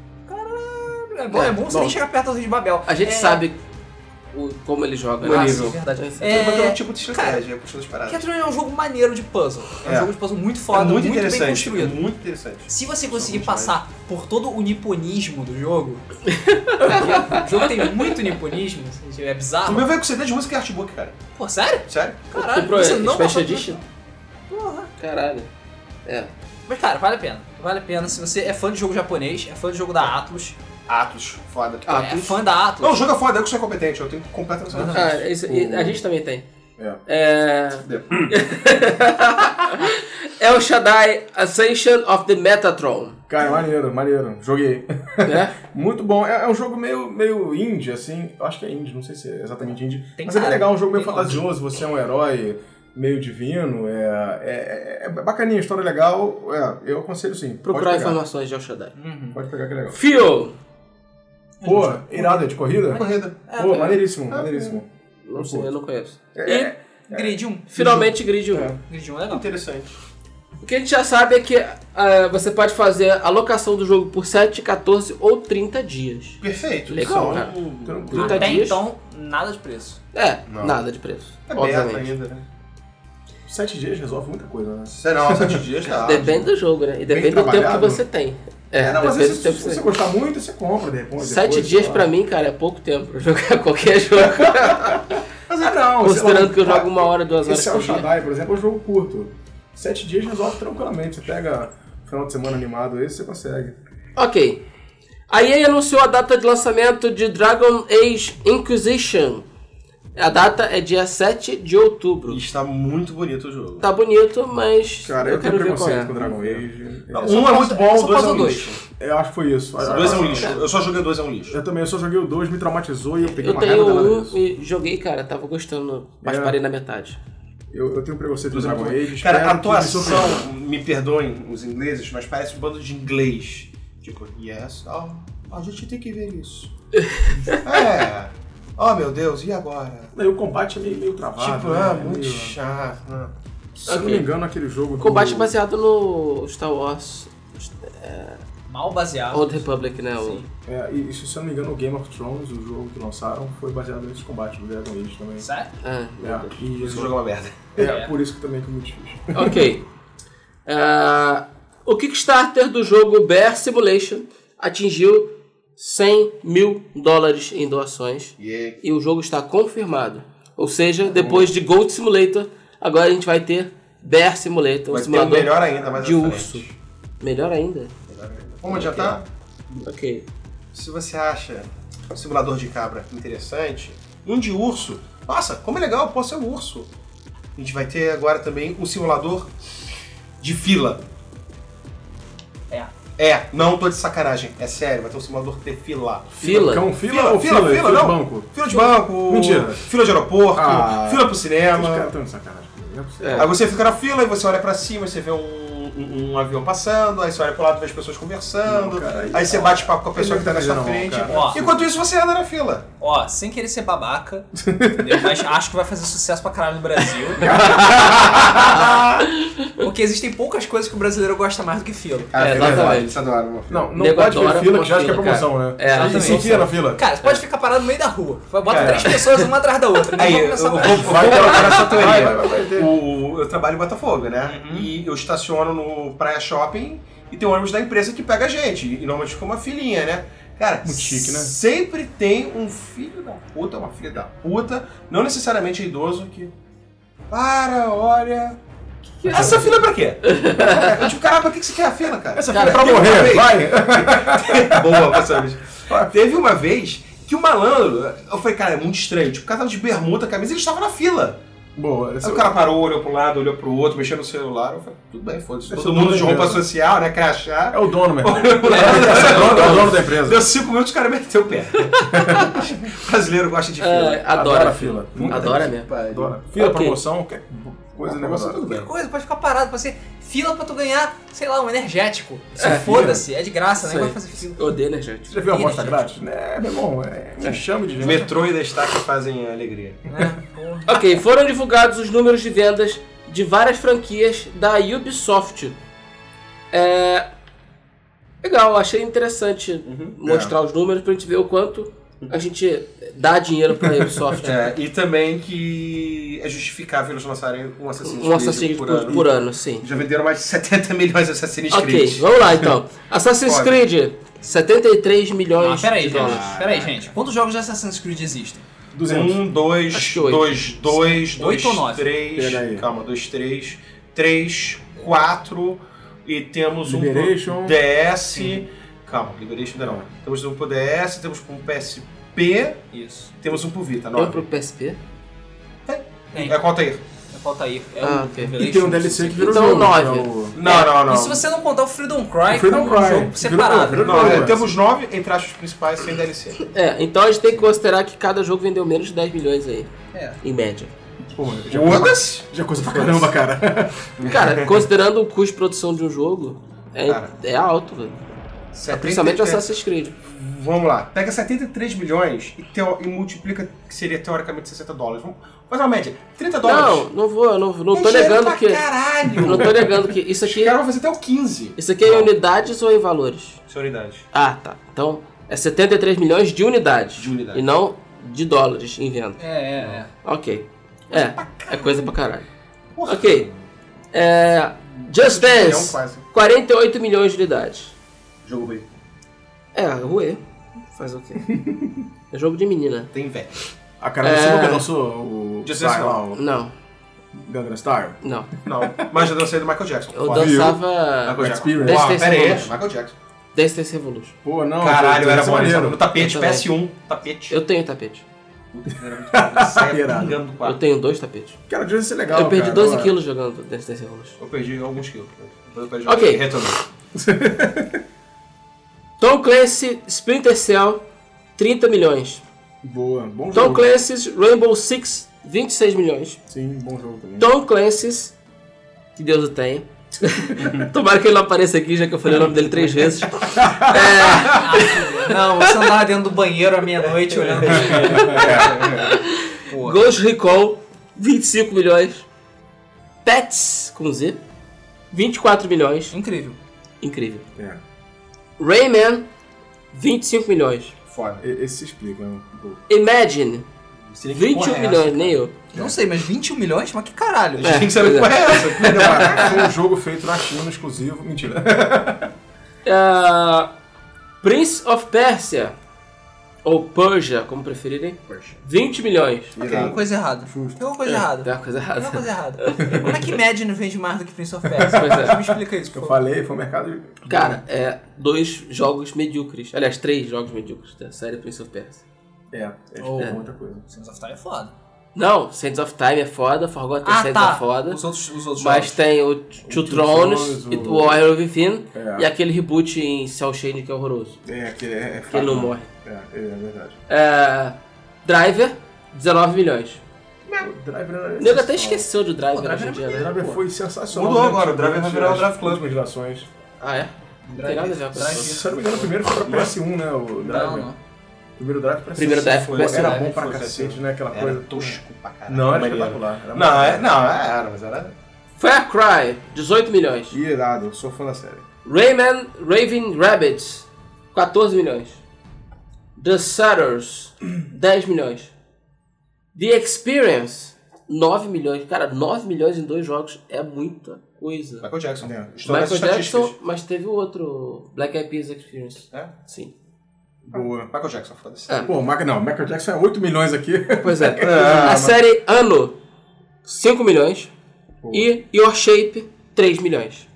Speaker 2: É bom, é bom você
Speaker 1: Bom.
Speaker 2: nem chegar perto do Rio de Babel.
Speaker 1: A gente
Speaker 2: É,
Speaker 1: sabe o- como ele joga.
Speaker 3: O
Speaker 1: né?
Speaker 2: Ah,
Speaker 3: nível.
Speaker 2: sim, verdade.
Speaker 1: É,
Speaker 3: Mas É um
Speaker 2: É,
Speaker 3: tipo de estratégia, puxando as paradas.
Speaker 2: Catherine é um jogo maneiro de puzzle. É um
Speaker 3: É.
Speaker 2: jogo de puzzle muito
Speaker 3: É
Speaker 2: foda,
Speaker 3: muito
Speaker 2: bem
Speaker 3: interessante. é
Speaker 2: construído.
Speaker 3: muito interessante.
Speaker 2: Se você conseguir
Speaker 3: muito
Speaker 2: passar por todo o niponismo do jogo, porque o jogo tem muito niponismo, é
Speaker 3: O
Speaker 2: bizarro.
Speaker 3: meu veio com CD de música e artbook, cara.
Speaker 2: Pô, sério?
Speaker 3: Sério?
Speaker 2: Caralho,
Speaker 1: Comprou
Speaker 2: você não
Speaker 1: Special
Speaker 2: passou por-
Speaker 1: Edition?
Speaker 2: Porra.
Speaker 1: Caralho. É.
Speaker 2: Mas cara, vale a pena. Vale a pena se você é fã de jogo japonês, é fã de jogo da Atlus,
Speaker 3: Atos, foda.
Speaker 1: Ah.
Speaker 2: é
Speaker 1: Atlus?
Speaker 2: fã da Atlus.
Speaker 3: Não, o jogo é foda, eu que sou incompetente, eu tenho completa noção.
Speaker 2: Aham.
Speaker 1: Ah, isso- e- a gente também tem.
Speaker 4: É.
Speaker 1: É.
Speaker 3: Fudeu.
Speaker 1: El É Shaddai Ascension of the Metatron.
Speaker 4: Cara, maneiro, maneiro. Joguei.
Speaker 1: Né?
Speaker 4: Muito bom. É, é um jogo meio, meio indie, assim. Eu acho que é indie, não sei se é exatamente indie.
Speaker 2: Tem
Speaker 4: mas é bem
Speaker 2: cara.
Speaker 4: legal, um jogo meio
Speaker 2: Tem
Speaker 4: fantasioso. Você é um herói meio divino. É, é, é- é bacaninha, história legal. É, eu aconselho sim. Pode
Speaker 1: Procurar
Speaker 4: pegar.
Speaker 1: informações de El Shaddai.
Speaker 2: Uhum.
Speaker 4: Pode pegar que é legal.
Speaker 1: Fio!
Speaker 4: Pô, irado, é de corrida?
Speaker 3: Corrida.
Speaker 2: É,
Speaker 4: Pô, maneiríssimo, maneiríssimo.
Speaker 1: Não sei, eu não conheço.
Speaker 4: É,
Speaker 1: E,
Speaker 2: Grid 1.
Speaker 1: finalmente, Grid 1.
Speaker 4: É.
Speaker 2: Grid 1 é legal.
Speaker 3: Interessante.
Speaker 1: O que a gente já sabe é que ah, você pode fazer a locação do jogo por 7, 14 ou 30 dias.
Speaker 3: Perfeito.
Speaker 1: Legal,
Speaker 3: Só
Speaker 1: cara.
Speaker 3: um-
Speaker 4: Tranquilo.
Speaker 1: 30
Speaker 2: Até
Speaker 1: dias.
Speaker 2: então, nada de preço.
Speaker 1: É,
Speaker 3: Não.
Speaker 1: nada de preço.
Speaker 3: É aberto
Speaker 1: obviamente.
Speaker 3: ainda, né?
Speaker 4: Sete dias resolve muita coisa, né?
Speaker 3: Sei não, sete dias tá.
Speaker 1: Depende do jogo, né? E depende do tempo que
Speaker 4: trabalhado.
Speaker 1: você tem. É,
Speaker 4: É, não, mas
Speaker 1: depende do
Speaker 4: se, se,
Speaker 1: tempo que você
Speaker 4: você gostar muito, você compra, de né? repente.
Speaker 1: Sete
Speaker 4: depois,
Speaker 1: dias
Speaker 4: sei lá.
Speaker 1: pra mim, cara, é pouco tempo pra jogar qualquer jogo.
Speaker 4: Mas é não, sei lá,
Speaker 1: Considerando que eu
Speaker 4: ah,
Speaker 1: jogo uma hora, duas horas
Speaker 4: Esse é
Speaker 1: por
Speaker 4: o
Speaker 1: dia.
Speaker 4: Shaddai, por exemplo, é um jogo curto. Sete dias resolve tranquilamente. Você pega final de semana animado esse, você consegue.
Speaker 1: Ok. A EA anunciou a data de lançamento de Dragon Age Inquisition. A data é dia 7 de outubro.
Speaker 3: E está muito bonito o jogo.
Speaker 1: Tá bonito, mas
Speaker 4: Cara, eu,
Speaker 1: eu
Speaker 4: tenho
Speaker 1: quero ver qual
Speaker 4: preconceito
Speaker 1: é.
Speaker 4: com Dragon Age.
Speaker 3: Não,
Speaker 4: Eu
Speaker 3: um é muito bom,
Speaker 2: só
Speaker 3: o dois é
Speaker 2: passa
Speaker 3: um
Speaker 2: dois.
Speaker 3: lixo.
Speaker 4: Eu acho que foi isso.
Speaker 3: O dois é um lixo. Eu só joguei o dois é um lixo.
Speaker 4: Eu também, eu só joguei o 2, me traumatizou e eu peguei
Speaker 1: Eu
Speaker 4: uma
Speaker 1: tenho
Speaker 4: raiva danada
Speaker 1: um
Speaker 4: disso.
Speaker 1: e joguei, cara, tava gostando, mas
Speaker 4: É.
Speaker 1: parei na metade.
Speaker 4: Eu, eu tenho preconceito com Dragon Age.
Speaker 3: é Cara, a
Speaker 4: espero que me surpreenda.
Speaker 3: atuação, me perdoem os ingleses, mas parece um bando de inglês. Tipo, yes, oh, a gente tem que ver isso. é. Oh meu Deus, e agora?
Speaker 4: Não, E o combate é meio, meio travado.
Speaker 3: tipo,
Speaker 4: né?
Speaker 3: ah,
Speaker 4: Meio-
Speaker 3: muito chato. né?
Speaker 4: Se eu não me
Speaker 1: Ok.
Speaker 4: engano, aquele jogo. do-
Speaker 1: Combate baseado no Star Wars
Speaker 2: Mal
Speaker 4: Ah,
Speaker 2: baseado.
Speaker 1: Old Republic, né? o-
Speaker 2: Sim.
Speaker 4: É, e, e se eu não me engano, o Game of Thrones, o jogo que lançaram, foi baseado nesse combate do Dragon Age também.
Speaker 2: Sério?
Speaker 1: É.
Speaker 4: É, e
Speaker 3: Esse jogo é uma merda.
Speaker 4: é,
Speaker 2: É.
Speaker 4: por isso que também que é muito difícil.
Speaker 1: Ok. Ah, o Kickstarter do jogo Bear Simulation atingiu 100 mil dólares em doações
Speaker 3: E
Speaker 1: e o jogo está confirmado. Ou seja, depois de Gold Simulator, agora a gente vai ter Bear Simulator, um
Speaker 3: vai ter um
Speaker 1: simulador
Speaker 3: melhor ainda, mais
Speaker 1: de
Speaker 3: à frente.
Speaker 1: urso. Melhor ainda?
Speaker 3: Melhor ainda. Vamos adiantar?
Speaker 1: Ok.
Speaker 3: Se você acha um simulador de cabra interessante, um de urso, nossa, como é legal, posso ser um urso. A gente vai ter agora também um simulador de fila.
Speaker 2: É.
Speaker 3: É, não tô de sacanagem, é sério, vai ter um simulador de fila.
Speaker 1: Fila?
Speaker 4: Cão, fila, ou fila?
Speaker 3: fila, fila,
Speaker 4: de
Speaker 3: não.
Speaker 4: banco?
Speaker 3: Fila de banco,
Speaker 4: Mentira.
Speaker 3: fila de aeroporto,
Speaker 4: Ah.
Speaker 3: fila pro
Speaker 4: Os caras
Speaker 3: cinema.
Speaker 4: estão de sacanagem comigo, não é possível.
Speaker 1: É.
Speaker 3: Aí você fica na fila, aí você olha pra cima, você vê um, um- um avião passando, aí você olha pro lado e vê as pessoas conversando,
Speaker 4: Não, cara, aí-
Speaker 3: aí você bate papo com a pessoa
Speaker 4: não
Speaker 3: que tá na
Speaker 4: tá
Speaker 3: sua
Speaker 4: vendo, não,
Speaker 3: frente.
Speaker 4: cara.
Speaker 2: Ó.
Speaker 3: Enquanto isso, você anda na fila.
Speaker 2: Ó, sem querer ser babaca, entendeu? mas acho que vai fazer sucesso pra caralho no Brasil. Porque existem poucas coisas que o brasileiro gosta mais do que fila.
Speaker 4: Ah,
Speaker 1: Cara, É, fila é exatamente. foda, eles
Speaker 3: adoram.
Speaker 4: Não, não
Speaker 1: Nego
Speaker 4: pode ver
Speaker 1: adora
Speaker 4: fila
Speaker 1: uma
Speaker 4: que já acha que é
Speaker 1: fila, cara.
Speaker 4: promoção,
Speaker 1: É,
Speaker 4: né? E
Speaker 1: exatamente.
Speaker 4: se enfia na fila.
Speaker 2: Cara, você pode ficar parado no meio da rua. Bota
Speaker 3: Cara.
Speaker 2: três pessoas uma atrás da outra.
Speaker 3: Aí,
Speaker 2: Ninguém
Speaker 3: eu,
Speaker 2: vai
Speaker 3: eu
Speaker 2: começar
Speaker 3: vou,
Speaker 2: a
Speaker 3: eu vou colocar essa
Speaker 4: Vai, vai,
Speaker 3: teoria.
Speaker 4: vai, vai ter.
Speaker 3: O- eu trabalho em Botafogo, né?
Speaker 4: Uhum.
Speaker 3: E eu estaciono no Praia Shopping e tem um ônibus da empresa que pega a gente. E normalmente fica uma filhinha, né? Cara,
Speaker 4: Muito chique, né?
Speaker 3: sempre tem um filho da puta, uma filha da puta, não necessariamente idoso, que. Para, olha. Essa fila é pra quê? Eu tipo, caramba, pra que que você quer a fila, cara?
Speaker 4: Essa fila
Speaker 1: Cara,
Speaker 4: é pra
Speaker 3: tem uma
Speaker 4: morrer,
Speaker 3: vez-
Speaker 4: vai!
Speaker 3: Boa, passamos. Teve uma vez que o malandro. Eu falei, cara, é muito estranho. Tipo, o cara tava de bermuda, camisa, ele estava na fila.
Speaker 4: Boa,
Speaker 3: Aí
Speaker 4: essa
Speaker 3: o cara parou, olhou pro lado, olhou pro outro, mexeu no celular. Eu falei, tudo bem, foda-se.
Speaker 4: Esse
Speaker 3: Todo
Speaker 4: mundo
Speaker 3: mundo de
Speaker 4: é
Speaker 3: roupa
Speaker 4: mesmo.
Speaker 3: social, né? Crachá.
Speaker 4: é o dono mesmo.
Speaker 3: Olhou pro lado,
Speaker 4: É o dono, é o dono
Speaker 3: Deu
Speaker 4: da empresa.
Speaker 3: cinco minutos, o cara meteu o pé. brasileiro gosta de um fila.
Speaker 1: É, adora
Speaker 4: Adora
Speaker 1: a fila.
Speaker 4: fila.
Speaker 1: Adora mesmo.
Speaker 4: Adora. Fila,
Speaker 1: Ok.
Speaker 4: promoção, qualquer coisa, negócio.
Speaker 3: tudo bem.
Speaker 2: coisa, pode ficar parado, pode ser fila pra tu ganhar, sei lá, um energético. Se foda-se, é de graça, né?
Speaker 1: Isso aí.
Speaker 2: Vai fazer fila.
Speaker 1: Odeio, né, gente?
Speaker 4: Você já viu uma aposta
Speaker 2: Ih,
Speaker 4: grátis? É, meu irmão, é um enxame de gente.
Speaker 3: Metrô e destaque fazem alegria.
Speaker 2: Né? Porra.
Speaker 1: Ok, foram divulgados os números de vendas de várias franquias da Ubisoft. É. Legal, achei interessante
Speaker 3: Uhum.
Speaker 1: mostrar os números pra gente ver o quanto a gente dá dinheiro pra Ubisoft. Um
Speaker 3: É, e também que é justificável eles lançarem um Assassin's
Speaker 1: Um
Speaker 3: Creed
Speaker 1: Assassin's Creed
Speaker 3: por,
Speaker 1: por,
Speaker 3: ano.
Speaker 1: por ano, sim.
Speaker 3: Já venderam mais de 70 milhões de Assassin's
Speaker 1: Ok,
Speaker 3: Creed.
Speaker 1: vamos lá então. Assassin's
Speaker 3: Foda.
Speaker 1: Creed, 73 milhões
Speaker 2: Ah, peraí,
Speaker 1: de dólares.
Speaker 2: gente. Peraí, gente. Quantos jogos de Assassin's Creed existem?
Speaker 4: 200.
Speaker 3: Um, dois,
Speaker 1: Acho que oito.
Speaker 3: dois, dois, dois,
Speaker 2: Oito ou nove?
Speaker 3: três.
Speaker 4: Pera aí.
Speaker 3: Calma, dois, três. Três, quatro. E temos um
Speaker 4: Liberation.
Speaker 3: pro DS. Calma, Liberation ainda não. Temos um pro DS, temos um PSP,
Speaker 2: Isso.
Speaker 3: temos um pro Vita,
Speaker 1: Vamos
Speaker 3: nove.
Speaker 1: pro PSP?
Speaker 2: Tem.
Speaker 3: É, conta aí.
Speaker 2: Falta aí. É
Speaker 1: Ah,
Speaker 2: o
Speaker 1: ok.
Speaker 4: E
Speaker 2: Revelations.
Speaker 4: tem um DLC que virou
Speaker 1: Então,
Speaker 4: jogo.
Speaker 1: nove.
Speaker 4: que é o-
Speaker 3: Não, não, não.
Speaker 2: E se você não contar o Freedom Cry,
Speaker 4: O Freedom
Speaker 2: como um
Speaker 4: Cry.
Speaker 2: jogo
Speaker 4: Virou-
Speaker 2: separado.
Speaker 4: virou-
Speaker 3: Não, é,
Speaker 4: Não,
Speaker 3: temos nove entre as principais sem DLC.
Speaker 1: É, então a gente tem que considerar que cada jogo vendeu menos de 10 milhões aí,
Speaker 2: É.
Speaker 1: em média.
Speaker 4: Pô, já,
Speaker 3: Foda-se!
Speaker 4: já é coisa pra caramba, cara.
Speaker 1: Cara, considerando o custo de produção de um jogo, é,
Speaker 3: Cara.
Speaker 1: é alto, velho.
Speaker 3: 70
Speaker 1: Principalmente o Assassin's Creed.
Speaker 3: Vamos lá. Pega 73 milhões e, teo- e multiplica, que seria teoricamente 60 dólares. Vamos fazer uma média. 30 dólares.
Speaker 1: Não, não vou, eu não, não
Speaker 3: É
Speaker 1: tô
Speaker 3: dinheiro
Speaker 1: negando
Speaker 3: pra
Speaker 1: que.
Speaker 3: Caralho!
Speaker 1: Não tô negando que. Isso
Speaker 3: Os
Speaker 1: aqui.
Speaker 3: caras vão fazer até o 15.
Speaker 1: Isso aqui é em unidades ou em valores?
Speaker 3: Isso é unidade.
Speaker 1: Ah, tá. Então, é 73 milhões de unidades.
Speaker 3: De unidades.
Speaker 1: E não de dólares em venda.
Speaker 2: É, é, é.
Speaker 1: Ok. É, é coisa pra caralho. Ok. É. Just
Speaker 3: Um
Speaker 4: um
Speaker 3: Milhão
Speaker 1: Dance,
Speaker 3: quase.
Speaker 1: 48 milhões de unidades.
Speaker 3: Jogo B.
Speaker 1: É, ruê. Faz o quê? É jogo de menina.
Speaker 3: Tem velho.
Speaker 4: A cara, você
Speaker 1: É.
Speaker 4: nunca lançou o...
Speaker 3: Just
Speaker 4: Sai
Speaker 3: Dance
Speaker 4: lá, o
Speaker 1: Não,
Speaker 4: Gangnam Style?
Speaker 1: não.
Speaker 3: Não, mas eu dancei do Michael Jackson.
Speaker 1: Eu
Speaker 3: Foda.
Speaker 1: dançava.
Speaker 3: Michael Jackson.
Speaker 4: Experience.
Speaker 3: Uau,
Speaker 1: Dance
Speaker 3: pera aí.
Speaker 1: Dance.
Speaker 3: Michael Jackson.
Speaker 1: Dance Dance Revolution.
Speaker 4: Pô, não.
Speaker 3: Caralho,
Speaker 4: Dance
Speaker 3: era
Speaker 4: Dance
Speaker 3: bom.
Speaker 4: é
Speaker 3: eles
Speaker 4: maneiro.
Speaker 3: estavam No tapete,
Speaker 1: Eu também.
Speaker 3: PS1, tapete.
Speaker 1: Tá Eu tenho tapete.
Speaker 3: Puta, era muito bom. Saia
Speaker 4: Irado.
Speaker 3: pingando do
Speaker 1: Eu
Speaker 3: quarto.
Speaker 1: tenho dois tapetes.
Speaker 4: Cara, Dance Dance é legal.
Speaker 1: eu perdi
Speaker 4: cara,
Speaker 1: 12
Speaker 4: não é?
Speaker 1: quilos jogando Dance Dance Revolution.
Speaker 3: Eu perdi alguns quilos. Depois eu perdi
Speaker 1: Ok.
Speaker 3: Retornei.
Speaker 1: Tom Clancy, Splinter Cell, 30 milhões.
Speaker 4: Boa, bom
Speaker 1: Tom
Speaker 4: jogo.
Speaker 1: Clancy's Rainbow Six, 26 milhões.
Speaker 4: Sim, bom jogo também.
Speaker 1: Tom Clancy's, que Deus o tenha. Tomara que ele não apareça aqui, já que eu falei o nome dele três vezes.
Speaker 2: Não, você andava dentro do banheiro à meia-noite olhando pro espelho.
Speaker 4: É.
Speaker 2: Porra.
Speaker 1: Ghost Recall, 25 milhões. Pets, com Z, 24 milhões.
Speaker 2: Incrível.
Speaker 1: Incrível.
Speaker 4: É,
Speaker 1: Rayman, 25 milhões.
Speaker 3: Foda.
Speaker 4: e- esse se explica, né? um pouco.
Speaker 1: Imagine,
Speaker 3: Seria que
Speaker 1: 21
Speaker 3: porra é
Speaker 1: milhões,
Speaker 3: essa,
Speaker 1: nem eu.
Speaker 2: Não sei, mas 21 milhões? Mas que
Speaker 3: cara?
Speaker 2: caralho.
Speaker 3: A gente tem que saber qual é essa.
Speaker 4: Cara, Foi um jogo feito na China, exclusivo. Mentira.
Speaker 1: Ah, Prince of Persia, ou Persia, como preferirem, 20 milhões.
Speaker 2: Tem alguma coisa errada.
Speaker 4: Justo. É.
Speaker 2: Tem alguma coisa
Speaker 1: Tem
Speaker 2: errada.
Speaker 1: uma coisa
Speaker 2: Tem alguma
Speaker 1: errada.
Speaker 2: coisa errada. Como é que Madden vende mais do que Prince of Persia?
Speaker 1: Pois é.
Speaker 2: Me explica isso, por
Speaker 4: Eu
Speaker 2: favor.
Speaker 4: falei, foi o mercado...
Speaker 1: Cara, é dois jogos medíocres. Aliás, três jogos medíocres da série Prince of Persia.
Speaker 4: É, é
Speaker 2: Oh.
Speaker 4: muita coisa.
Speaker 2: Sons of Time é foda.
Speaker 1: Não, Saints of Time é foda, Forgotten
Speaker 2: Ah,
Speaker 1: Saints é
Speaker 2: tá.
Speaker 1: foda.
Speaker 2: Os outros, os outros
Speaker 1: Mas
Speaker 2: jogos.
Speaker 1: tem o Two
Speaker 4: Two
Speaker 1: Thrones,
Speaker 4: Thrones,
Speaker 1: e
Speaker 4: o-
Speaker 1: o Warrior Within
Speaker 4: É.
Speaker 1: e aquele reboot em Cell Shading que é horroroso.
Speaker 4: É, que é, é
Speaker 1: Que ele não
Speaker 4: fraco.
Speaker 1: morre.
Speaker 4: É, é, é verdade.
Speaker 1: É, Driver, 19 milhões.
Speaker 4: O Driver era
Speaker 1: O nego até
Speaker 4: sensacional.
Speaker 1: esqueceu do Driver,
Speaker 2: Pô,
Speaker 1: hoje
Speaker 2: Driver
Speaker 1: em dia,
Speaker 4: O
Speaker 1: né?
Speaker 4: Driver é
Speaker 1: Pô.
Speaker 4: foi sensacional.
Speaker 3: Mudou
Speaker 4: durante-
Speaker 3: agora, o Driver vai
Speaker 4: durante
Speaker 3: virar o
Speaker 4: as
Speaker 3: Drive Club.
Speaker 4: últimas gerações.
Speaker 1: Ah, é? Não tem nada a ver com
Speaker 2: Driver.
Speaker 1: isso.
Speaker 4: Se eu não me engano, o primeiro foi pra PS1, né? O
Speaker 2: Não,
Speaker 4: Driver.
Speaker 2: não.
Speaker 4: Primeiro Drive pra um.
Speaker 1: Primeiro Drive
Speaker 4: Pô,
Speaker 1: pra PS1.
Speaker 4: Era bom pra
Speaker 3: Foi,
Speaker 4: cacete, né? Aquela
Speaker 3: assim, Era
Speaker 4: coisa.
Speaker 3: tosco pra caralho.
Speaker 4: Não, era
Speaker 3: Maneiro.
Speaker 4: espetacular. Era
Speaker 3: Não, é,
Speaker 4: muito
Speaker 3: não, era, mas era.
Speaker 1: Far Cry, 18 milhões.
Speaker 4: bom. Irado, eu sou fã da série.
Speaker 1: Rayman Raven Rabbits, 14 milhões. The Sutters, 10 milhões. The Experience, 9 milhões. Cara, 9 milhões em dois jogos é muita coisa.
Speaker 3: Michael Jackson.
Speaker 4: É.
Speaker 3: Estou
Speaker 1: Michael
Speaker 3: nessas
Speaker 1: Jackson,
Speaker 3: estatísticas.
Speaker 1: mas teve o outro, Black Eyed Peas Experience.
Speaker 3: É?
Speaker 1: Sim.
Speaker 4: Boa.
Speaker 3: Michael Jackson, foda-se.
Speaker 1: É.
Speaker 4: Pô, Mac, não, Michael Jackson é 8 milhões aqui.
Speaker 1: Pois é.
Speaker 3: Ah,
Speaker 1: A
Speaker 3: mas-
Speaker 1: série Ano, 5 milhões.
Speaker 4: Pô.
Speaker 1: E Your Shape, 3 milhões.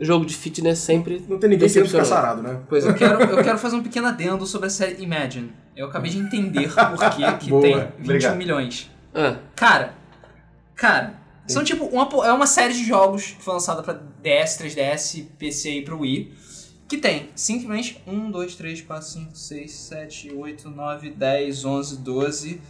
Speaker 1: Jogo de fitness sempre
Speaker 4: Não tem ninguém querendo ficar
Speaker 1: decepcionou.
Speaker 4: sarado, né?
Speaker 1: Pois é.
Speaker 2: Eu quero, eu quero fazer um pequeno adendo sobre a série Imagine. Eu acabei de entender por que, que
Speaker 4: Boa,
Speaker 2: tem 21
Speaker 3: obrigado.
Speaker 2: milhões.
Speaker 1: Ah,
Speaker 2: Cara, cara, são tipo uma, po- é uma série de jogos que foi lançada pra DS, 3DS, PC e pro Wii. Que tem simplesmente 1, 2, 3, 4, 5, 6, 7, 8, 9, 10, 11, 12,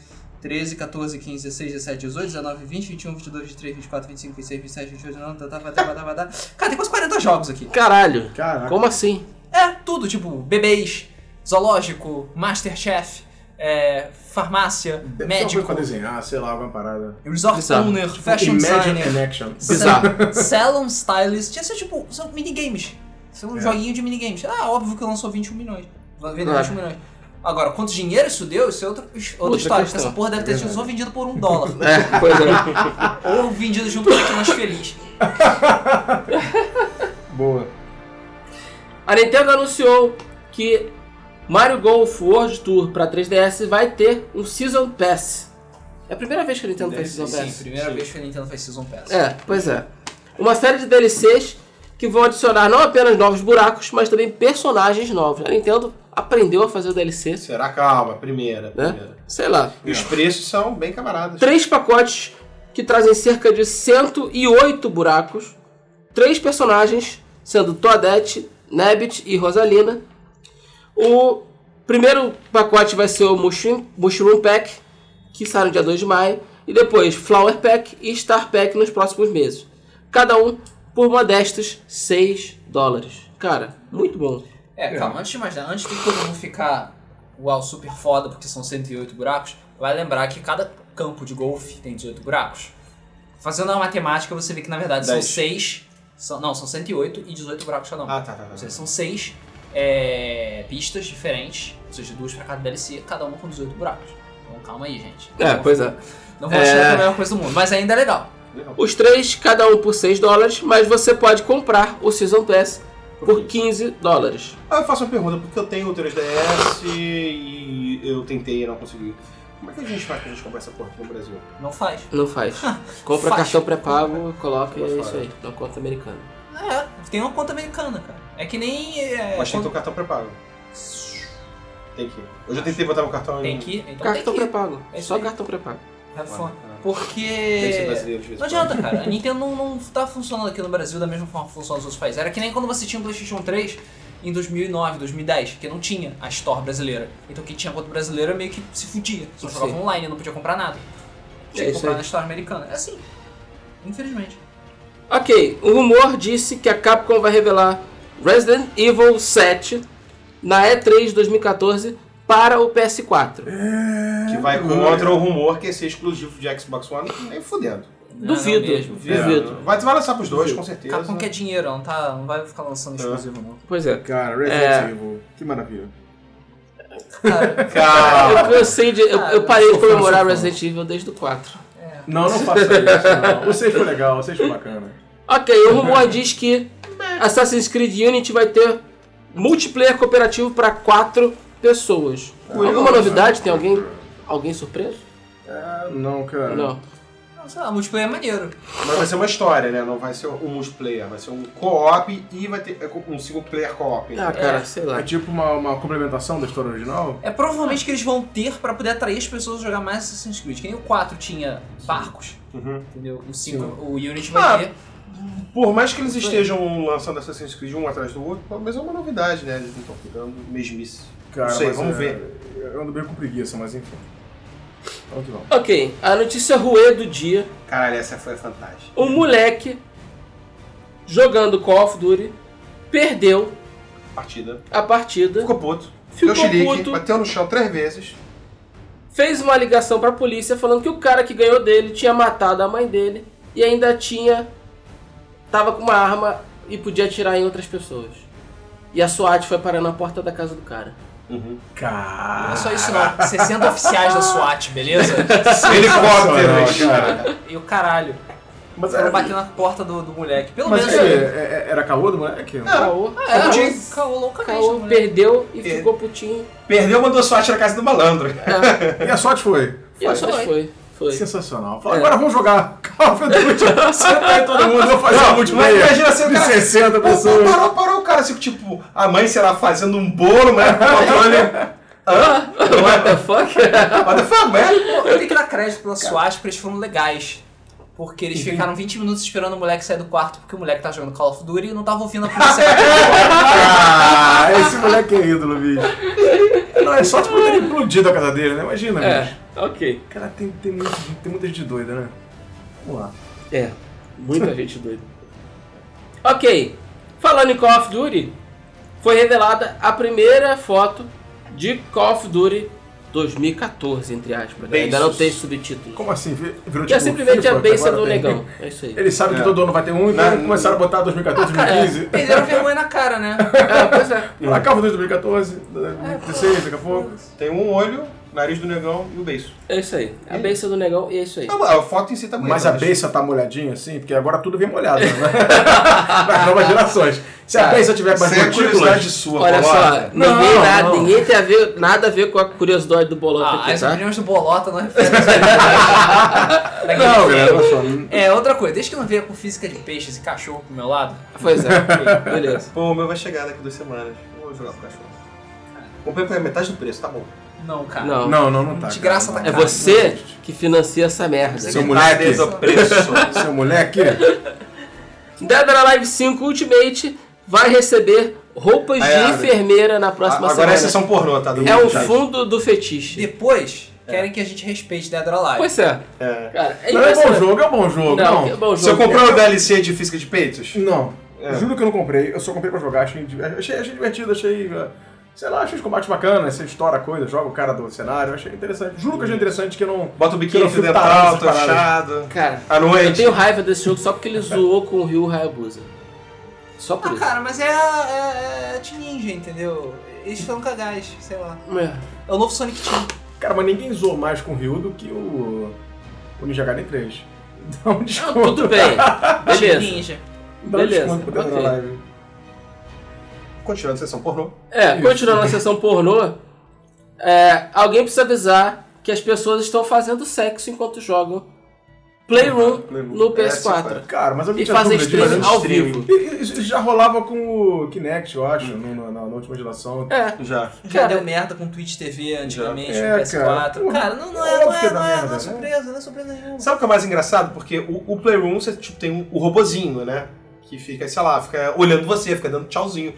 Speaker 2: 13, 14, 15, 16, 17, 18, 19, 20, 21, 22, 23, 24, 25, 26, 27, 28, 29, tá, tá, tá, tá, tá, tá. Cara, tem quase 40 jogos aqui.
Speaker 1: caralho.
Speaker 4: Caraca.
Speaker 1: Como assim?
Speaker 2: É, tudo, tipo, bebês, zoológico, Masterchef, é, farmácia,
Speaker 4: Deve ter alguma coisa
Speaker 2: médico,
Speaker 4: pra desenhar, sei lá, alguma parada.
Speaker 2: resort
Speaker 1: Bizarro.
Speaker 2: owner, fashion
Speaker 4: Imagine
Speaker 2: designer,
Speaker 4: Connection.
Speaker 1: Bizarro.
Speaker 2: sa- salon stylist. Tinha ser tipo, são minigames. São um
Speaker 4: É.
Speaker 2: joguinho de minigames. Ah, óbvio que lançou 21 milhões. Vai vender
Speaker 1: Claro.
Speaker 2: 21 milhões. Agora, quanto dinheiro isso deu, isso é outra, outra,
Speaker 1: Outra
Speaker 2: história.
Speaker 1: questão.
Speaker 2: Essa porra deve ter sido só vendido por um dólar.
Speaker 1: É, pois é.
Speaker 2: ou vendido junto com o mais feliz.
Speaker 4: Boa.
Speaker 1: A Nintendo anunciou que Mario Golf World Tour para 3DS vai ter um Season Pass. É a primeira vez que a Nintendo faz
Speaker 3: Sim,
Speaker 1: Season
Speaker 2: Sim,
Speaker 1: Pass.
Speaker 2: primeira vez que a Nintendo faz Season Pass.
Speaker 1: É, pois é. Uma série de DLCs que vão adicionar não apenas novos buracos, mas também personagens novos. A Nintendo aprendeu a fazer o DLC,
Speaker 3: Será? Calma, primeira.
Speaker 1: né?
Speaker 3: primeira.
Speaker 1: Sei lá.
Speaker 3: E os preços são bem camaradas.
Speaker 1: Três pacotes que trazem cerca de 108 buracos, três personagens, sendo Toadette, Nabbit e Rosalina. O primeiro pacote vai ser o Mushroom, Mushroom Pack, que sai no dia 2 de maio, e depois Flower Pack e Star Pack nos próximos meses. Cada um por modestos 6 dólares. Cara, muito bom.
Speaker 2: É, calma, antes de mais nada, antes de todo mundo ficar uau, super foda, porque são 108 buracos, vai lembrar que cada campo de golfe tem 18 buracos. Fazendo a matemática, você vê que na verdade
Speaker 3: Dez.
Speaker 2: são 6. São, não, são 108 e 18 buracos cada um.
Speaker 3: Ah, tá, tá, tá.
Speaker 2: Ou seja, são 6 é, pistas diferentes, ou seja, duas pra cada DLC, cada uma com 18 buracos. Então calma aí, gente.
Speaker 1: É,
Speaker 2: Não-
Speaker 1: pois é.
Speaker 2: Não vou achar que é a melhor coisa do mundo, mas ainda é legal.
Speaker 3: Legal.
Speaker 1: Os três, cada um por 6 dólares, mas você pode comprar o Season Pass por 15 dólares.
Speaker 3: Ah, eu faço uma pergunta, porque eu tenho o 3DS e eu tentei e não consegui. Como é que a gente faz pra gente comprar essa porra aqui no Brasil?
Speaker 2: Não faz.
Speaker 1: Não faz. Compra
Speaker 2: Faz.
Speaker 1: cartão pré-pago, coloca e
Speaker 3: Vai
Speaker 1: é
Speaker 3: fora.
Speaker 1: isso aí, na conta americana.
Speaker 2: É, tem uma conta americana, cara. É que nem. É,
Speaker 3: Mas tem que ter
Speaker 2: quando-
Speaker 3: o cartão pré-pago. Tem que. Eu já tentei botar meu cartão
Speaker 2: tem
Speaker 3: em... um
Speaker 2: que. Então
Speaker 1: cartão
Speaker 2: tem que.
Speaker 1: pré-pago.
Speaker 2: É isso
Speaker 1: Só
Speaker 2: aí.
Speaker 1: cartão pré-pago.
Speaker 2: Vai fora.
Speaker 3: Ah, Tem que ser
Speaker 2: Porque.
Speaker 3: brasileiro de vez em
Speaker 2: Não
Speaker 3: quando.
Speaker 2: adianta, cara. A Nintendo não, não tá funcionando aqui no Brasil da mesma forma que funciona nos outros países. Era que nem quando você tinha o PlayStation 3 em 2009, 2010, que não tinha a Store brasileira. Então quem tinha conta brasileira meio que se fudia. Só
Speaker 1: Sim.
Speaker 2: jogava online, não podia comprar nada. Tinha
Speaker 1: É
Speaker 2: que
Speaker 1: isso
Speaker 2: comprar
Speaker 1: aí.
Speaker 2: na Store americana. É assim. Infelizmente.
Speaker 1: Ok, o rumor disse que a Capcom vai revelar Resident Evil 7 na E3 de 2014 para o
Speaker 2: É,
Speaker 1: PS4.
Speaker 3: Que vai
Speaker 1: É.
Speaker 3: contra o rumor que ia ser exclusivo de Xbox One. Nem fudendo.
Speaker 1: Duvido,
Speaker 2: Não, não mesmo.
Speaker 1: duvido.
Speaker 3: É, Vai, vai lançar pros dois,
Speaker 1: Duvido.
Speaker 3: com certeza.
Speaker 2: Capcom quer dinheiro, não, tá, não vai ficar lançando exclusivo, não.
Speaker 1: Pois é.
Speaker 4: Cara, Resident Evil, que maravilha.
Speaker 2: Cara,
Speaker 3: Calma.
Speaker 1: Eu cansei de. Eu,
Speaker 2: Ah,
Speaker 1: eu parei de comemorar Resident Evil desde o 4.
Speaker 2: é.
Speaker 4: Não, não faça isso, não. O 6 foi legal, o 6 foi bacana.
Speaker 1: Ok, o rumor diz que Assassin's Creed Unity vai ter multiplayer cooperativo para 4 pessoas. Alguma novidade? Tem alguém, alguém surpreso?
Speaker 4: É, não, cara.
Speaker 1: Não.
Speaker 2: Não, sei lá, multiplayer é maneiro.
Speaker 3: Mas vai ser uma história, né? Não vai ser um multiplayer, vai ser um co-op e vai ter um single player co-op. né?
Speaker 1: Ah, cara, sei lá.
Speaker 4: É tipo uma, uma complementação da história original?
Speaker 2: É provavelmente que eles vão ter pra poder atrair as pessoas a jogar mais Assassin's Creed. Que nem o 4 tinha barcos,
Speaker 3: Uhum.
Speaker 2: entendeu? O 5,
Speaker 4: Sim.
Speaker 2: o Unity
Speaker 3: Ah,
Speaker 2: vai ter.
Speaker 3: Por mais que eles estejam lançando Assassin's Creed um atrás do outro, mas é uma novidade, né? Eles não estão cuidando mesmice.
Speaker 4: Cara,
Speaker 3: não sei,
Speaker 4: mas
Speaker 3: vamos
Speaker 4: é-
Speaker 3: ver.
Speaker 4: Eu ando bem com preguiça, mas enfim. Vamos que vamos.
Speaker 1: Ok, a notícia ruê do dia.
Speaker 3: Caralho, essa foi fantástica.
Speaker 1: Um moleque jogando Call of Duty perdeu
Speaker 3: Partida.
Speaker 1: a partida,
Speaker 3: Ficou puto.
Speaker 1: Ficou
Speaker 3: Deu xerique,
Speaker 1: puto.
Speaker 3: bateu no chão três vezes.
Speaker 1: fez uma ligação pra polícia falando que o cara que ganhou dele tinha matado a mãe dele e ainda tinha tava com uma arma e podia atirar em outras pessoas. E a SWAT foi parar na porta da casa do cara.
Speaker 2: Não
Speaker 4: Cara.
Speaker 2: é só isso não, 60 oficiais da SWAT, beleza?
Speaker 3: Helicópteros, cara.
Speaker 2: E o caralho,
Speaker 4: Mas
Speaker 2: foram
Speaker 4: era,
Speaker 2: bater na porta do, do moleque. Pelo
Speaker 4: mas
Speaker 2: menos...
Speaker 4: é, é- é- era calor do moleque?
Speaker 1: Caô,
Speaker 2: É,
Speaker 1: caô,
Speaker 2: o caô loucamente.
Speaker 1: caô,
Speaker 2: o moleque.
Speaker 1: perdeu e
Speaker 3: Perdeu.
Speaker 1: ficou putinho.
Speaker 3: Perdeu, mandou SWAT na casa do malandro.
Speaker 1: É,
Speaker 4: E a sorte foi?
Speaker 1: E a SWAT foi. Foi.
Speaker 4: Sensacional. Fala, Agora vamos jogar Call of Duty. Senta tá aí todo mundo, vamos fazer
Speaker 3: Não,
Speaker 4: um multiplayer.
Speaker 3: mas imagina assim, o
Speaker 4: de
Speaker 3: cara-
Speaker 4: 60
Speaker 3: Pô, pô,
Speaker 4: pessoas.
Speaker 3: parou, parou o cara, assim, tipo, a mãe, sei lá, fazendo um bolo, né? Com controle. Hã?
Speaker 1: What the fuck?
Speaker 3: What the fuck, man?
Speaker 2: Pô, Eu tenho que dar crédito pela SWAT, porque eles foram legais. Porque eles ficaram 20 minutos esperando o moleque sair do quarto, porque o moleque tá jogando Call of Duty e não tava ouvindo a polícia.
Speaker 4: Ah, esse moleque é ídolo, bicho. Não, é só tipo ter implodido a casa dele, né? Imagina, bicho.
Speaker 1: É, ok.
Speaker 4: Cara, tem, tem, muito, tem muita gente doida, né? Vamos lá.
Speaker 1: É, muita gente doida. Ok, falando em Call of Duty, foi revelada a primeira foto de Call of Duty 2014, entre aspas. né? Ainda não
Speaker 3: Bases.
Speaker 1: tem subtítulo.
Speaker 4: Como assim? Vi- Virou
Speaker 1: Que é
Speaker 4: tipo
Speaker 1: simplesmente a
Speaker 4: FIFA, que
Speaker 1: base
Speaker 4: agora
Speaker 1: do
Speaker 4: tem.
Speaker 1: negão. É isso aí.
Speaker 4: Ele sabe
Speaker 3: É.
Speaker 4: que todo ano vai ter um, então
Speaker 3: Na-
Speaker 4: começaram a botar 2014, 2015.
Speaker 2: Perderam vergonha na cara, né?
Speaker 1: É, pois é.
Speaker 4: A Call of Duty 2014, 2016, daqui a pouco.
Speaker 3: Tem um olho, nariz do negão e o beiço.
Speaker 1: É isso aí. A base do negão e é isso aí.
Speaker 3: Não, a foto em si tá bonita.
Speaker 4: Mas a beça tá molhadinha assim, porque agora tudo vem molhado, né? Nas novas gerações. Se a beça tiver mais
Speaker 3: Sem a curiosidade
Speaker 4: partículas...
Speaker 3: sua,
Speaker 1: Olha só,
Speaker 3: Bolota.
Speaker 4: Não,
Speaker 1: ninguém, nada,
Speaker 4: não.
Speaker 1: ninguém tem a ver, nada a ver com a curiosidade do Bolota
Speaker 2: Ah,
Speaker 1: aqui,
Speaker 2: as
Speaker 1: tá?
Speaker 2: opiniões do Bolota não refletem.
Speaker 4: Não, galera, olha só.
Speaker 2: É, outra coisa, desde que eu não venha com física de peixes e cachorro pro meu lado,
Speaker 1: Pois é, beleza.
Speaker 3: Pô, o meu vai chegar daqui duas semanas. Vou jogar pro cachorro. Comprei pra metade do preço, tá bom.
Speaker 2: não, cara.
Speaker 1: Não.
Speaker 4: Não, não, não tá.
Speaker 2: De graça
Speaker 4: cara.
Speaker 1: É você que financia essa merda. né?
Speaker 4: Seu moleque.
Speaker 3: Metade do preço.
Speaker 4: Seu moleque.
Speaker 1: Dead or Alive 5 Ultimate vai receber roupas
Speaker 3: Aí,
Speaker 1: de
Speaker 3: abre.
Speaker 1: enfermeira na próxima
Speaker 3: Agora é
Speaker 1: semana.
Speaker 3: sessão pornô, tá? Do
Speaker 1: É o
Speaker 3: chat.
Speaker 1: fundo do fetiche.
Speaker 2: Depois, querem que a gente respeite né, Dead or Alive.
Speaker 1: Pois é,
Speaker 3: É.
Speaker 1: cara. É
Speaker 4: Não, é bom
Speaker 1: impressionante.
Speaker 4: jogo, é bom jogo.
Speaker 1: Não,
Speaker 4: Não,
Speaker 1: que é bom
Speaker 3: Você
Speaker 1: jogo.
Speaker 3: comprou o DLC de física de peitos?
Speaker 4: Não.
Speaker 3: É.
Speaker 4: Juro que eu não comprei, eu só comprei pra jogar, achei, achei, achei divertido, achei. eh, Sei lá, achei os combates bacanas, você estoura a coisa, joga o cara do cenário, achei interessante. Juro que achei interessante que eu não.
Speaker 3: Bota o biquíni
Speaker 4: Eu
Speaker 3: fio
Speaker 4: fui
Speaker 3: dental,
Speaker 4: tarado,
Speaker 3: tô
Speaker 4: essas paradas.
Speaker 3: achado.
Speaker 1: Cara,
Speaker 4: Ah,
Speaker 3: À
Speaker 4: é
Speaker 1: eu
Speaker 3: noite.
Speaker 1: tenho raiva desse jogo só porque ele zoou com o Ryu Hayabusa. Só por
Speaker 2: Ah,
Speaker 1: isso.
Speaker 2: cara, mas é a, é, é a Team Ninja, entendeu? Eles foram cagais, sei lá.
Speaker 1: É.
Speaker 2: É o novo Sonic Team.
Speaker 4: Cara, mas ninguém zoou mais com o Ryu do que o. O Ninja Gaiden 3. Dá um
Speaker 1: Não,
Speaker 4: desconto.
Speaker 1: Ah, tudo bem.
Speaker 2: Team
Speaker 1: Beleza.
Speaker 2: Ninja.
Speaker 4: Dá um
Speaker 1: Beleza,
Speaker 4: desconto pro Dead or
Speaker 1: ok.
Speaker 4: Alive.
Speaker 3: Continuando a sessão pornô.
Speaker 1: É,
Speaker 4: Isso.
Speaker 1: continuando a sessão pornô, é, alguém precisa avisar que as pessoas estão fazendo sexo enquanto jogam Playroom
Speaker 4: Playroom.
Speaker 3: É,
Speaker 1: no PS4.
Speaker 4: Cara, mas alguém
Speaker 1: E
Speaker 4: tinha
Speaker 1: fazer
Speaker 4: dúvida de
Speaker 1: streaming
Speaker 4: fazer
Speaker 1: ao
Speaker 4: streaming?
Speaker 1: vivo.
Speaker 4: E- e Isso já rolava com o Kinect, eu acho, no- na, na- na última geração.
Speaker 1: É.
Speaker 3: Já.
Speaker 2: Já
Speaker 1: Cara,
Speaker 2: deu merda com Twitch TV antigamente,
Speaker 4: Já. É,
Speaker 2: com PS4.
Speaker 4: cara.
Speaker 2: Cara, não, não é, não
Speaker 4: Óbvio que
Speaker 2: é,
Speaker 4: dá
Speaker 2: não é,
Speaker 4: merda,
Speaker 2: não é
Speaker 4: né?
Speaker 2: surpresa, não é surpresa nenhuma.
Speaker 3: Sabe o que é mais engraçado? Porque o, o Playroom, você tipo, tem o, o robozinho, né? Que fica, sei lá, fica olhando você, fica dando tchauzinho.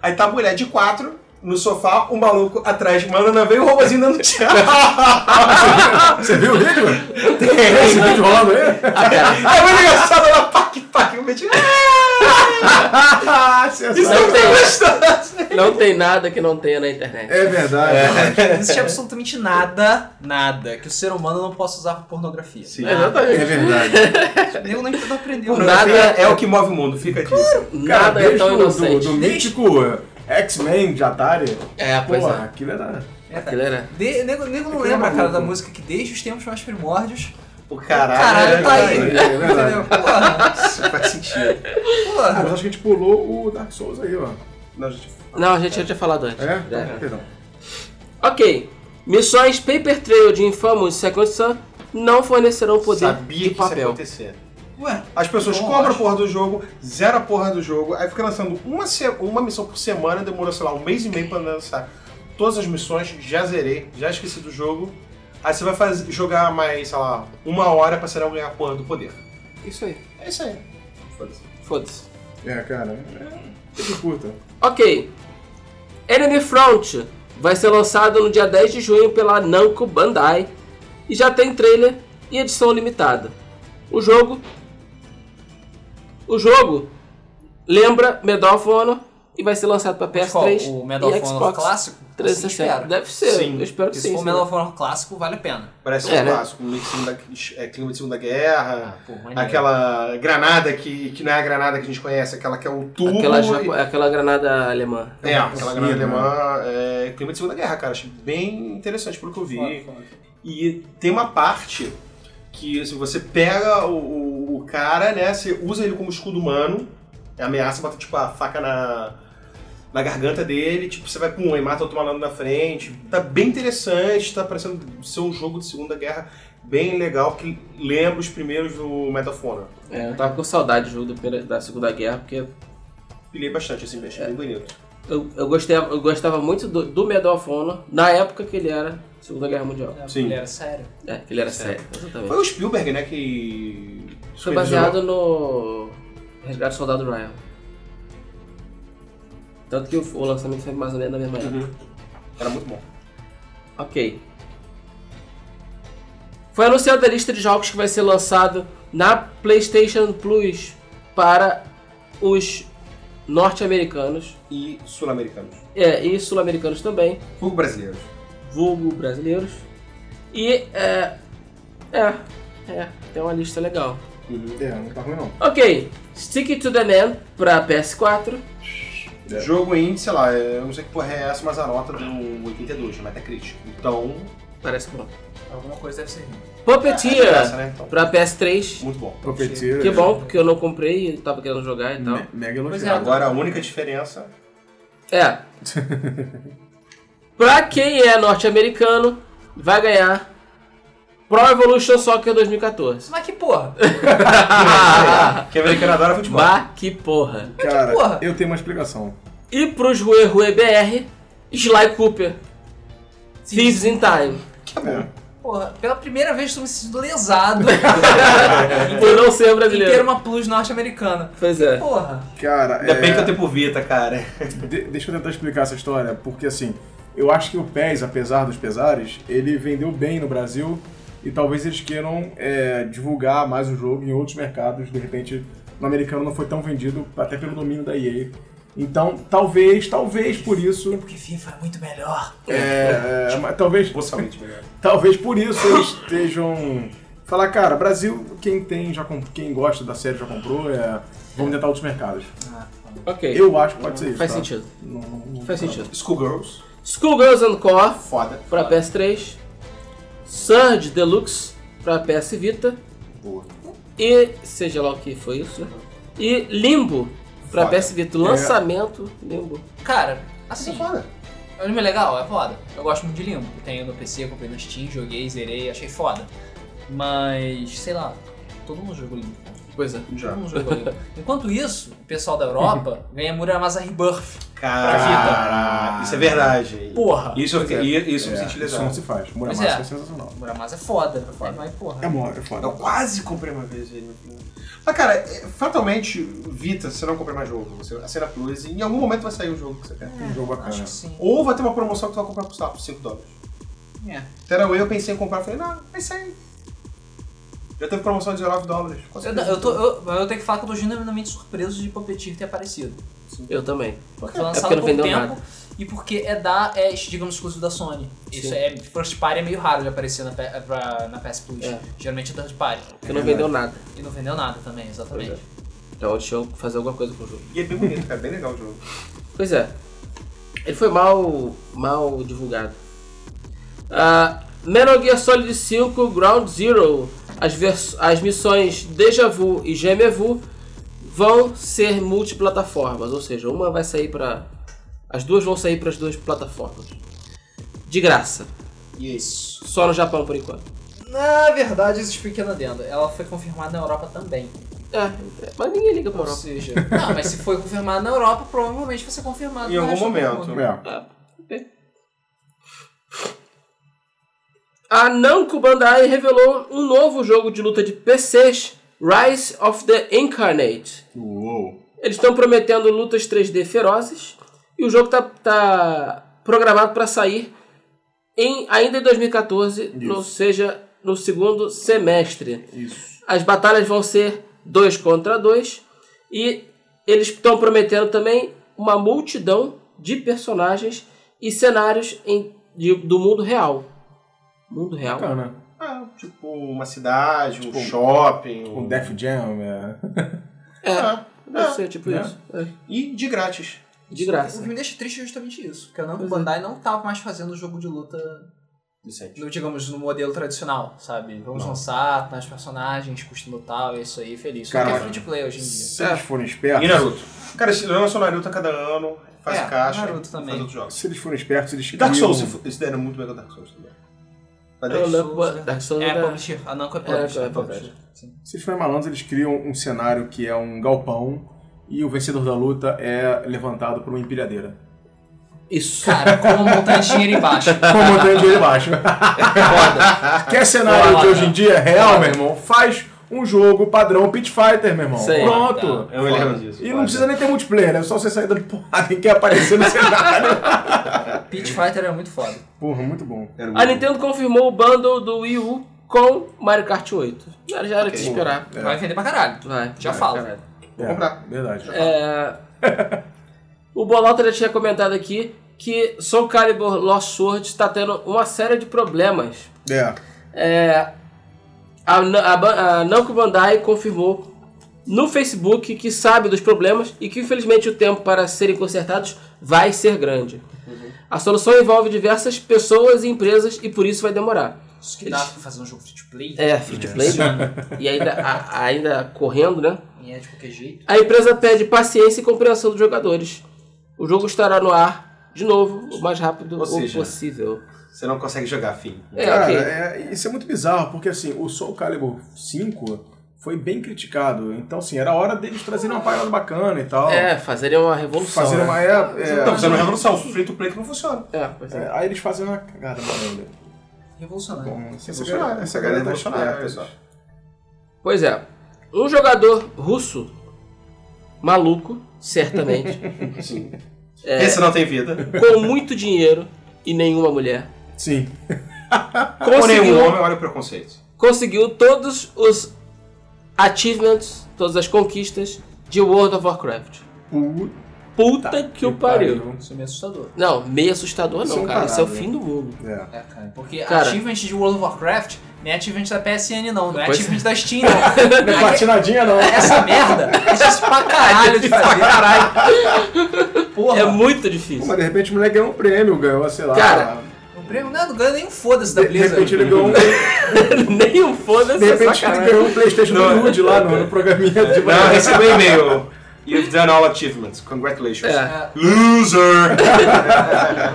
Speaker 3: Aí tá a mulher de quatro no sofá, um maluco atrás, mano, não veio o robozinho dando tchau.
Speaker 4: Você viu o vídeo? Tem esse vídeo rolando aí?
Speaker 1: Ah,
Speaker 3: é muito engraçado, ela pac, pac, eu meti. Isso
Speaker 4: Sensacional.
Speaker 3: não tem gostoso.
Speaker 1: Não tem nada que não tenha na internet.
Speaker 4: É verdade. cara.
Speaker 2: Não existe absolutamente nada, nada, que o ser humano não possa usar pra pornografia.
Speaker 3: Sim.
Speaker 2: Nada.
Speaker 1: Exatamente.
Speaker 4: É verdade.
Speaker 2: Eu nem tento aprender.
Speaker 1: Nada.
Speaker 3: é o que move o mundo, fica disso.
Speaker 4: Cara,
Speaker 1: Nada é
Speaker 4: desde
Speaker 1: tão
Speaker 4: o-
Speaker 1: inocente.
Speaker 4: do, do mítico eh, X-Men de Atari.
Speaker 1: É, pois
Speaker 4: Pô,
Speaker 1: é.
Speaker 4: aquilo era.
Speaker 1: Aquilo era.
Speaker 2: De, nego, nego não
Speaker 4: Aquele
Speaker 2: lembra, cara,
Speaker 4: maluco.
Speaker 2: da
Speaker 4: Ah,
Speaker 2: música que desde os tempos mais primórdios.
Speaker 3: O caralho. né,
Speaker 2: Caralho, tá aí.
Speaker 4: É verdade.
Speaker 2: Entendeu? Porra,
Speaker 3: Isso faz sentido.
Speaker 4: Ah,
Speaker 2: porra.
Speaker 4: mas acho que a gente pulou o Dark Souls aí, ó.
Speaker 3: Não, gente.
Speaker 1: Não, a gente já tinha falado antes.
Speaker 4: É? Então, Perdão.
Speaker 1: Ok. Missões Paper Trail de Infamous Second Son não fornecerão poder
Speaker 3: Sabia
Speaker 1: de
Speaker 3: que isso ia
Speaker 1: papel.
Speaker 3: acontecer.
Speaker 2: Ué,
Speaker 3: As pessoas
Speaker 2: Bom,
Speaker 3: compram a
Speaker 2: acho.
Speaker 3: porra do jogo, zera a porra do jogo, aí fica lançando uma, se- uma missão por semana, demora, sei lá, um mês e meio pra lançar todas as missões, já zerei, já esqueci do jogo. Aí você vai faz- jogar mais, sei lá, uma hora pra será ganhar a porra do poder.
Speaker 1: Isso aí.
Speaker 3: É isso aí. Foda-se.
Speaker 1: Foda-se.
Speaker 4: É, cara. É. Que puta.
Speaker 1: Ok. Enemy Front vai ser lançado no dia 10 de junho pela Namco Bandai e já tem trailer e edição limitada. O jogo O jogo lembra Medal of Honor e vai ser lançado para
Speaker 2: mas qual?
Speaker 1: PS3
Speaker 2: o Medal
Speaker 1: e
Speaker 2: of Honor
Speaker 1: Xbox
Speaker 2: clássico? Assim
Speaker 1: 360.
Speaker 2: espero.
Speaker 1: Deve ser,
Speaker 3: Sim.
Speaker 1: eu espero que
Speaker 2: Se
Speaker 1: sim.
Speaker 2: for
Speaker 1: sim.
Speaker 2: Medal of Honor clássico, vale a pena.
Speaker 3: Parece
Speaker 1: É,
Speaker 3: um
Speaker 1: né?
Speaker 3: clássico, um clima de segunda, é, clima de Segunda Guerra,
Speaker 2: Ah, pô, maneiro.
Speaker 3: aquela granada que, que não é a granada que a gente conhece, aquela que é o tubo.
Speaker 1: Aquela,
Speaker 3: e-
Speaker 1: japo- aquela granada alemã.
Speaker 3: É, aquela granada
Speaker 4: Sim, né?
Speaker 3: alemã, é, clima de Segunda Guerra, cara. Achei bem interessante pelo que eu vi.
Speaker 2: Foda, foda.
Speaker 3: E tem uma parte que se você pega o, o- o cara, né? Você usa ele como escudo humano, ameaça, bota tipo a faca na, na garganta dele, tipo, você vai pum, e mata outro malandro na frente. Tá bem interessante, tá parecendo ser um jogo de Segunda Guerra bem legal, que lembra os primeiros do Medal of Honor.
Speaker 1: É, eu tava com saudade do jogo do primeira- da Segunda Guerra, porque
Speaker 3: Pilhei bastante assim, achei bem bonito.
Speaker 1: eu, eu, gostei, eu gostava muito do, do Medal of Honor na época que ele era Segunda Guerra Mundial.
Speaker 2: É,
Speaker 3: Sim.
Speaker 2: Galera, sério.
Speaker 1: É, que ele era sério, exatamente.
Speaker 3: Foi o Spielberg, né, que...
Speaker 1: É. Foi baseado no Resgate do Soldado Ryan. Tanto que o, o lançamento foi mais ou menos na mesma época.
Speaker 3: Uhum. Era muito bom.
Speaker 1: Ok. Foi anunciada a lista de jogos que vai ser lançado na PlayStation Plus para os norte-americanos
Speaker 3: E sul-americanos.
Speaker 1: é, e sul-americanos também,
Speaker 3: Fogo brasileiros.
Speaker 1: vulgo brasileiros. E é, é, é, tem uma lista legal.
Speaker 3: Uhum.
Speaker 4: É, não tá ruim não.
Speaker 1: Ok, Stick to the Man para PS4.
Speaker 4: É.
Speaker 3: Jogo indie, sei lá, eu não sei que porra é essa, mas a nota do 82, Metacritic. Então,
Speaker 1: Parece bom.
Speaker 2: Alguma coisa deve ser ruim.
Speaker 1: Puppeteer
Speaker 3: essa, né? Então,
Speaker 1: pra PS3.
Speaker 3: muito bom.
Speaker 4: Propeteiro.
Speaker 1: Que bom, porque eu não comprei e tava querendo jogar e tal.
Speaker 3: Né.
Speaker 4: Me mega
Speaker 2: Pois é,
Speaker 4: elogiado.
Speaker 3: Agora, a única diferença...
Speaker 1: É. pra quem é norte-americano, vai ganhar Pro Evolution Soccer 2014.
Speaker 2: Mas que porra?
Speaker 1: Ah,
Speaker 3: Quem é americano adora futebol.
Speaker 1: Bah, que porra.
Speaker 4: Cara,
Speaker 2: porra.
Speaker 4: eu tenho uma explicação.
Speaker 1: E pros Rue Rue BR, Sly Cooper. Thieves in Time.
Speaker 2: Porra, pela primeira vez eu tô me sentindo lesado
Speaker 1: Por não ser
Speaker 2: em ter
Speaker 1: É brasileiro.
Speaker 2: uma plus norte-americana.
Speaker 1: Pois é.
Speaker 2: Porra.
Speaker 4: Cara,
Speaker 3: Ainda
Speaker 4: é,
Speaker 3: bem que eu tenho por Vita, cara.
Speaker 4: de- deixa eu tentar explicar essa história, porque assim, eu acho que o PES, apesar dos pesares, ele vendeu bem no Brasil e talvez eles queiram é, divulgar mais o jogo em outros mercados. De repente, no americano não foi tão vendido, até pelo domínio da EA. Então, talvez, talvez por isso.
Speaker 2: Porque FIFA é muito melhor.
Speaker 4: É, é, mas talvez
Speaker 3: Bolsamente, melhor.
Speaker 4: Talvez por isso eles estejam. Falar, cara, Brasil, quem tem, já comp- quem gosta da série já comprou, é. Vamos tentar outros mercados.
Speaker 1: Ok.
Speaker 4: Eu acho que pode ser isso.
Speaker 1: É. Faz
Speaker 4: tá?
Speaker 1: sentido.
Speaker 4: Não- não- não-
Speaker 1: Faz sentido.
Speaker 3: Schoolgirls,
Speaker 1: Schoolgirls and Co.
Speaker 3: foda.
Speaker 1: pra PS3, Surge Deluxe pra PS Vita
Speaker 4: Boa.
Speaker 1: e seja lá o que foi isso, né? E Limbo pra
Speaker 3: Foda.
Speaker 1: PS Vita, lançamento Limbo.
Speaker 2: Cara,
Speaker 3: Isso é
Speaker 2: assim,
Speaker 3: foda.
Speaker 2: o anime é legal, é foda. Eu gosto muito de Limbo. Tenho no PC, comprei no Steam, joguei, zerei, achei foda. Mas, sei lá, Todo mundo jogou Link. cara.
Speaker 1: Pois é.
Speaker 3: Já.
Speaker 2: Todo mundo jogou Link. Enquanto isso, o pessoal da Europa ganha Muramasa Rebirth.
Speaker 3: Caraca, isso é verdade.
Speaker 2: Porra.
Speaker 3: Isso eu,
Speaker 4: Pois é.
Speaker 3: e- isso eu me
Speaker 4: É,
Speaker 3: senti
Speaker 4: isso não
Speaker 3: lesado.
Speaker 4: se faz.
Speaker 2: Pois
Speaker 4: Muramasa
Speaker 2: é.
Speaker 4: é sensacional.
Speaker 2: Muramasa é foda. Mas, porra.
Speaker 4: É mole, é foda.
Speaker 3: Eu quase comprei uma vez ele. Mas, cara, é, fatalmente, Vita, você não compra mais jogo. Você assina Plus e em algum momento vai sair o jogo que você quer.
Speaker 4: É um jogo bacana.
Speaker 2: Acho que sim.
Speaker 3: Ou vai ter uma promoção que tu vai comprar por, sei lá, por 5 dólares.
Speaker 2: É.
Speaker 3: Teraway eu pensei em comprar, falei, não, vai sair. Já teve promoção de 19 dólares. com
Speaker 2: Eu,
Speaker 3: certeza.
Speaker 2: eu, tô, eu, eu tenho que falar que eu tô genuinamente surpreso de Puppeteer ter aparecido.
Speaker 1: Eu também. É
Speaker 2: Porque foi lançado
Speaker 1: porque
Speaker 2: há
Speaker 1: não
Speaker 2: pouco
Speaker 1: vendeu
Speaker 2: tempo
Speaker 1: nada.
Speaker 2: e porque é da, é, digamos, exclusivo da Sony. Isso
Speaker 1: Sim.
Speaker 2: é first party é meio raro de aparecer na, P- eh, pra- na PS Plus.
Speaker 1: É.
Speaker 2: Geralmente é third party.
Speaker 1: Porque não vendeu nada.
Speaker 2: E não vendeu nada também, exatamente.
Speaker 1: Então deixa eu fazer alguma coisa com o jogo.
Speaker 3: E é bem bonito, cara, bem legal o jogo.
Speaker 1: Pois é. Ele foi mal, mal divulgado. Ah, Metal Gear Solid 5 Ground Zero. As, vers- as missões Deja Vu e Gemevu vão ser multiplataformas, ou seja, uma vai sair para as duas vão sair para as duas plataformas. De graça,
Speaker 3: E isso.
Speaker 1: só no Japão por enquanto.
Speaker 2: Na verdade, existe pequena adendo. Ela foi confirmada na Europa também.
Speaker 1: É, mas ninguém liga pra
Speaker 2: Ou
Speaker 1: Europa.
Speaker 2: seja, não, mas se foi confirmada na Europa, provavelmente vai ser confirmada
Speaker 3: Em
Speaker 2: no
Speaker 3: algum
Speaker 2: resto do
Speaker 3: momento.
Speaker 2: mundo.
Speaker 4: É.
Speaker 1: A Namco Bandai revelou um novo jogo de luta de PCs, Rise of the Incarnate.
Speaker 3: É.
Speaker 4: Uou.
Speaker 1: Eles estão prometendo lutas 3D ferozes e o jogo tá, tá programado para sair em ainda em 2014, ou seja, no segundo semestre.
Speaker 4: Isso.
Speaker 1: As batalhas vão ser 2 contra 2 e eles estão prometendo também uma multidão de personagens e cenários em- de- do mundo real. Mundo real.
Speaker 4: Bacana.
Speaker 3: Ah, tipo, uma cidade, um
Speaker 4: Tipo,
Speaker 3: shopping. um
Speaker 4: O Death Jam, é.
Speaker 1: É,
Speaker 3: Ah,
Speaker 1: deve
Speaker 3: ah.
Speaker 1: ser tipo
Speaker 4: né?
Speaker 1: isso. É,
Speaker 3: E de grátis.
Speaker 1: de
Speaker 2: O
Speaker 1: graça.
Speaker 2: que me deixa triste é justamente isso, porque a Namco
Speaker 1: Pois é.
Speaker 2: Bandai não tá mais fazendo jogo de luta
Speaker 3: Decente.
Speaker 2: no, digamos, no modelo tradicional, sabe? Vamos
Speaker 4: Não.
Speaker 2: lançar, mais personagens, custo tal, é isso aí, feliz. Só
Speaker 4: Cara,
Speaker 2: que é
Speaker 4: mas-
Speaker 2: free to play hoje em dia.
Speaker 4: Se eles forem espertos.
Speaker 3: E Naruto? Cara, esse lança o Naruto a cada ano, faz
Speaker 2: É,
Speaker 3: caixa, faz
Speaker 2: Naruto também.
Speaker 3: outros jogos.
Speaker 4: Se eles forem espertos, eles
Speaker 3: E Dark Souls,
Speaker 4: criam- um-
Speaker 3: se esse daí era muito melhor que Dark Souls também. Tá Mas
Speaker 1: É o
Speaker 3: deixa.
Speaker 1: Namco Ba- Dark Souls
Speaker 2: É,
Speaker 1: era-
Speaker 2: publisher. A Namco é publisher.
Speaker 1: é
Speaker 2: é publisher. Sim.
Speaker 4: Se eles forem malandros, eles criam um cenário que é um galpão e o vencedor da luta é levantado por uma empilhadeira.
Speaker 1: Isso.
Speaker 2: Cara, como montar dinheiro embaixo.
Speaker 4: Com o botão de baixo. Quer cenário
Speaker 2: Foda.
Speaker 4: de hoje em dia real, meu irmão? Faz um jogo padrão Pit Fighter, meu irmão.
Speaker 1: Sei.
Speaker 4: Pronto.
Speaker 3: Eu me lembro disso.
Speaker 4: E não precisa nem ter multiplayer, é só você sair dando porrada em quem aparecer no cenário.
Speaker 2: Pit Fighter é muito foda.
Speaker 4: Porra, muito bom.
Speaker 3: Era
Speaker 2: Ah,
Speaker 3: muito
Speaker 1: A Nintendo confirmou o bundle do Wii U com Mario Kart 8. Já já era de se esperar.
Speaker 4: É.
Speaker 2: Vai vender pra caralho.
Speaker 1: Vai.
Speaker 2: Já
Speaker 1: vai,
Speaker 2: falo.
Speaker 1: caralho.
Speaker 3: Vou
Speaker 4: É,
Speaker 3: comprar.
Speaker 4: Verdade.
Speaker 1: É, o Bolota já tinha comentado aqui que Soul Calibur Lost Sword está tendo uma série de problemas.
Speaker 4: É.
Speaker 1: A, Na- a Ban- a Namco Bandai confirmou no Facebook que sabe dos problemas e que infelizmente o tempo para serem consertados vai ser grande. A solução envolve diversas pessoas e empresas e por isso vai demorar.
Speaker 2: Isso que dá pra fazer um jogo free to play.
Speaker 1: É, free to play, e ainda, a- ainda correndo, né?
Speaker 2: E é de qualquer jeito.
Speaker 1: A empresa pede paciência e compreensão dos jogadores. O jogo estará no ar de novo, o mais rápido
Speaker 3: Ou
Speaker 1: o
Speaker 3: seja,
Speaker 1: possível.
Speaker 3: Você não consegue jogar, fim.
Speaker 1: É,
Speaker 4: Cara,
Speaker 1: ok.
Speaker 4: é- isso é muito bizarro, porque assim, o Soul Calibur 5 foi bem criticado. Então, assim, era hora deles trazerem uma parada bacana e tal.
Speaker 1: É, fazerem uma revolução.
Speaker 4: Fazer
Speaker 1: né?
Speaker 4: uma. É, é,
Speaker 3: Então, Não, fazendo uma revolução. Free to play que não funciona.
Speaker 1: É, pois é.
Speaker 4: é, aí eles fazem uma cagada maneira. Então, assim,
Speaker 2: Revolucionário.
Speaker 4: Tá Bom, essa
Speaker 3: Revolucionário,
Speaker 4: galera- Essa
Speaker 3: essa
Speaker 4: galera
Speaker 3: galera
Speaker 4: tá
Speaker 3: revolucionária, pessoal.
Speaker 4: esperta.
Speaker 1: Pois é. Um jogador russo, maluco, certamente,
Speaker 3: Sim.
Speaker 1: É.
Speaker 3: Esse não tem vida.
Speaker 1: com muito dinheiro e nenhuma mulher,
Speaker 4: Sim.
Speaker 3: Ou
Speaker 1: conseguiu,
Speaker 3: nenhum homem, Tipo, olha o preconceito.
Speaker 1: conseguiu todos os achievements, todas as conquistas de World of Warcraft.
Speaker 4: Puta
Speaker 1: Puta que, o pariu.
Speaker 4: Tá
Speaker 2: Isso é meio assustador.
Speaker 1: Não, meio assustador
Speaker 4: Isso é
Speaker 1: não,
Speaker 4: um
Speaker 1: cara. Isso é o
Speaker 4: caralho,
Speaker 1: fim
Speaker 4: né?
Speaker 1: do mundo.
Speaker 4: É.
Speaker 2: É, cara. Porque
Speaker 1: Cara.
Speaker 2: achievement de World of Warcraft não é achievement da PSN, não. Não é
Speaker 1: Pois é.
Speaker 2: achievement da Steam, não.
Speaker 4: Não é platinadinha, não.
Speaker 2: Essa merda é difícil pra caralho de fazer. Caralho. Porra.
Speaker 1: É muito difícil.
Speaker 4: Mas de repente o moleque ganhou um prêmio, ganhou, sei lá.
Speaker 1: Cara,
Speaker 2: O prêmio não, não ganha nem um foda-se da
Speaker 4: de, de
Speaker 2: Blizzard.
Speaker 4: repente ele ganhou um. De
Speaker 1: Nenhum foda-se. é
Speaker 4: repente ele
Speaker 1: sacanagem.
Speaker 4: ganhou um Playstation do
Speaker 3: Não,
Speaker 1: Tipo,
Speaker 4: Nude lá no, no programinha de
Speaker 3: Não, eu recebi um e-mail. You've done all achievements. Congratulations.
Speaker 1: É.
Speaker 2: É,
Speaker 3: Loser!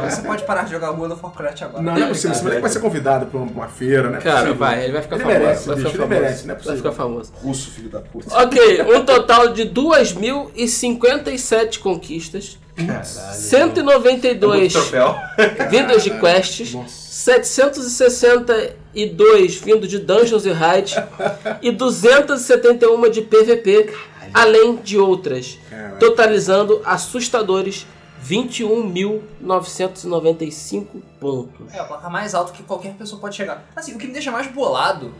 Speaker 2: você pode parar de jogar World of Warcraft agora.
Speaker 4: Não, não é possível. Esse moleque vai ser convidado pra uma fiera, né?
Speaker 1: Cara, vai, ele vai ficar
Speaker 4: Ele
Speaker 1: famoso.
Speaker 4: merece,
Speaker 1: vai
Speaker 4: bicho,
Speaker 1: ficar
Speaker 4: ele
Speaker 1: famoso.
Speaker 4: merece, não é
Speaker 1: vai
Speaker 4: possível.
Speaker 1: ficar famoso.
Speaker 3: Russo, filho da puta.
Speaker 1: Ok, um total de 2.057 conquistas,
Speaker 3: Caralho.
Speaker 1: 192
Speaker 3: Troféu.
Speaker 1: vindas de quests, 762 vindos de Dungeons e Raids e 271 de PVP, além de outras,
Speaker 4: Caralho.
Speaker 1: totalizando assustadores 21.995 pontos.
Speaker 2: É a placa mais alta que qualquer pessoa pode chegar. Assim, o que me deixa mais bolado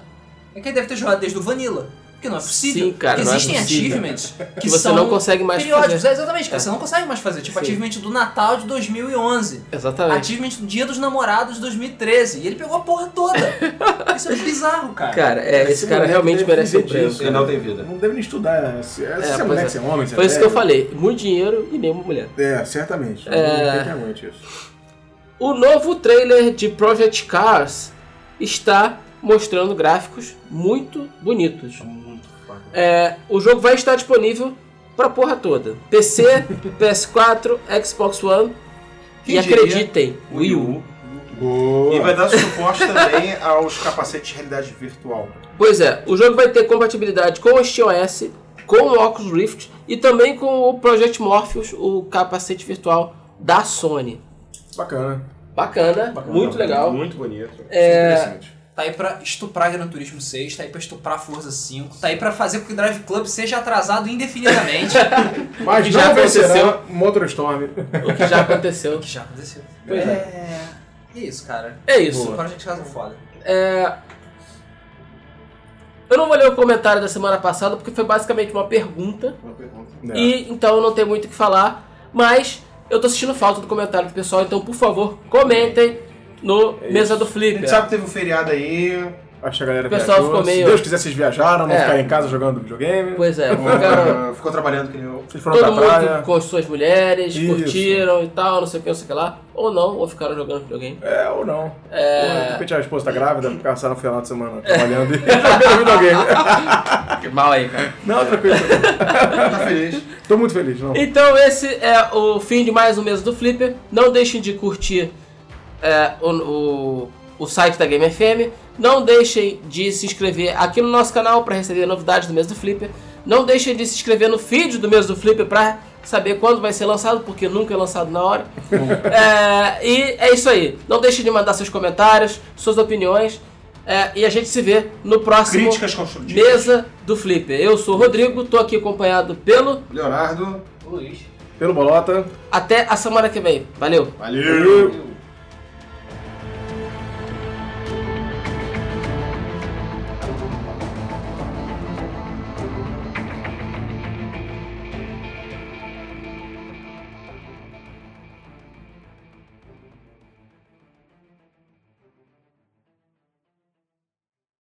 Speaker 2: é que ele deve ter jogado desde o Vanilla. Porque não é possível.
Speaker 1: Sim, cara,
Speaker 2: porque
Speaker 1: não é
Speaker 2: existem
Speaker 1: possível.
Speaker 2: achievements que,
Speaker 1: você
Speaker 2: são
Speaker 1: não consegue mais
Speaker 2: periódicos.
Speaker 1: fazer.
Speaker 2: É, exatamente, que você não consegue mais fazer. Tipo,
Speaker 1: Sim.
Speaker 2: achievement do Natal de 2011.
Speaker 1: Exatamente.
Speaker 2: Achievement do Dia dos Namorados de 2013. E ele pegou a porra toda. Isso é bizarro, cara.
Speaker 1: Cara, é, esse, cara
Speaker 4: moleque
Speaker 1: realmente
Speaker 4: deve
Speaker 1: merece um
Speaker 4: viver
Speaker 1: prêmio.
Speaker 4: disso,
Speaker 3: Ele
Speaker 4: cara.
Speaker 3: não tem vida.
Speaker 4: Não deve nem estudar. Se é, se é
Speaker 1: pois
Speaker 4: moleque,
Speaker 1: é.
Speaker 4: se é homem, se é
Speaker 1: Foi isso que eu
Speaker 4: velho.
Speaker 1: falei. Muito dinheiro e nenhuma mulher.
Speaker 4: É, certamente. Não
Speaker 1: É.
Speaker 4: tem que aguente isso.
Speaker 1: O novo trailer de Project Cars está mostrando gráficos muito bonitos. É, o jogo vai estar disponível pra porra toda. PC, PS4, Xbox One
Speaker 2: Quem
Speaker 1: e
Speaker 2: diria?
Speaker 1: acreditem, Wii U.
Speaker 4: Boa.
Speaker 3: E vai dar suporte também aos capacetes de realidade virtual.
Speaker 1: Pois é, o jogo vai ter compatibilidade com o SteamOS, com o Oculus Rift e também com o Project Morpheus, o capacete virtual da Sony.
Speaker 4: Bacana.
Speaker 1: Bacana,
Speaker 4: Bacana,
Speaker 1: muito legal.
Speaker 3: Então, Muito bonito.
Speaker 4: É...
Speaker 2: Tá aí pra estuprar Gran Turismo 6, tá aí pra estuprar Forza 5, tá aí pra fazer com que o Drive Club seja atrasado indefinidamente.
Speaker 4: Mas
Speaker 1: que
Speaker 4: não
Speaker 1: já
Speaker 4: acontecerá MotorStorm.
Speaker 1: O que já aconteceu.
Speaker 2: que já aconteceu.
Speaker 1: Pois é.
Speaker 2: E é isso, cara.
Speaker 1: É isso.
Speaker 2: O Project Cars é foda.
Speaker 1: Eu não vou ler o comentário da semana passada porque foi basicamente uma pergunta.
Speaker 4: É.
Speaker 1: E então não tem muito o que falar. Mas eu tô sentindo falta do comentário do pessoal, então por favor, comentem no
Speaker 4: É isso.
Speaker 1: Mesa do
Speaker 3: A
Speaker 1: Flipper.
Speaker 3: gente sabe que teve um feriado aí.
Speaker 4: Acho que a galera
Speaker 1: O pessoal
Speaker 4: viajou.
Speaker 1: ficou meio-
Speaker 4: Se Deus quiser, vocês viajaram, não
Speaker 1: É.
Speaker 4: ficaram em casa jogando videogame.
Speaker 1: Pois é, ficaram.
Speaker 3: ah, Ficou trabalhando que nem eu.
Speaker 4: Vocês foram
Speaker 1: Todo
Speaker 4: pra
Speaker 1: mundo
Speaker 4: praia.
Speaker 1: com as suas mulheres,
Speaker 4: Isso.
Speaker 1: curtiram e tal, não sei o que, não sei o que lá. Ou não, ou ficaram jogando videogame.
Speaker 4: É, ou não. Ou, de repente a esposa tá grávida, passaram o final de semana trabalhando e jogando videogame.
Speaker 1: Que mal aí, cara.
Speaker 4: Não, tranquilo.
Speaker 3: Tá feliz.
Speaker 4: Tô muito feliz, não.
Speaker 1: Então esse é o fim de mais um mês do Flipper. Não deixem de curtir é, o, o, o site da Game FM. Não deixem de se inscrever aqui no nosso canal para receber novidades do mês do Flipper. Não deixem de se inscrever no feed do mês do Flipper para saber quando vai ser lançado, porque nunca é lançado na hora. É, e é isso aí. Não deixem de mandar seus comentários, suas opiniões. é, e a gente se vê no próximo
Speaker 3: Críticas construtivas.
Speaker 1: Mesa do Flipper. Eu sou o Rodrigo, tô aqui acompanhado pelo
Speaker 3: Leonardo.
Speaker 2: Luiz.
Speaker 4: Pelo Bolota.
Speaker 1: até a semana que vem. Valeu!
Speaker 3: Valeu.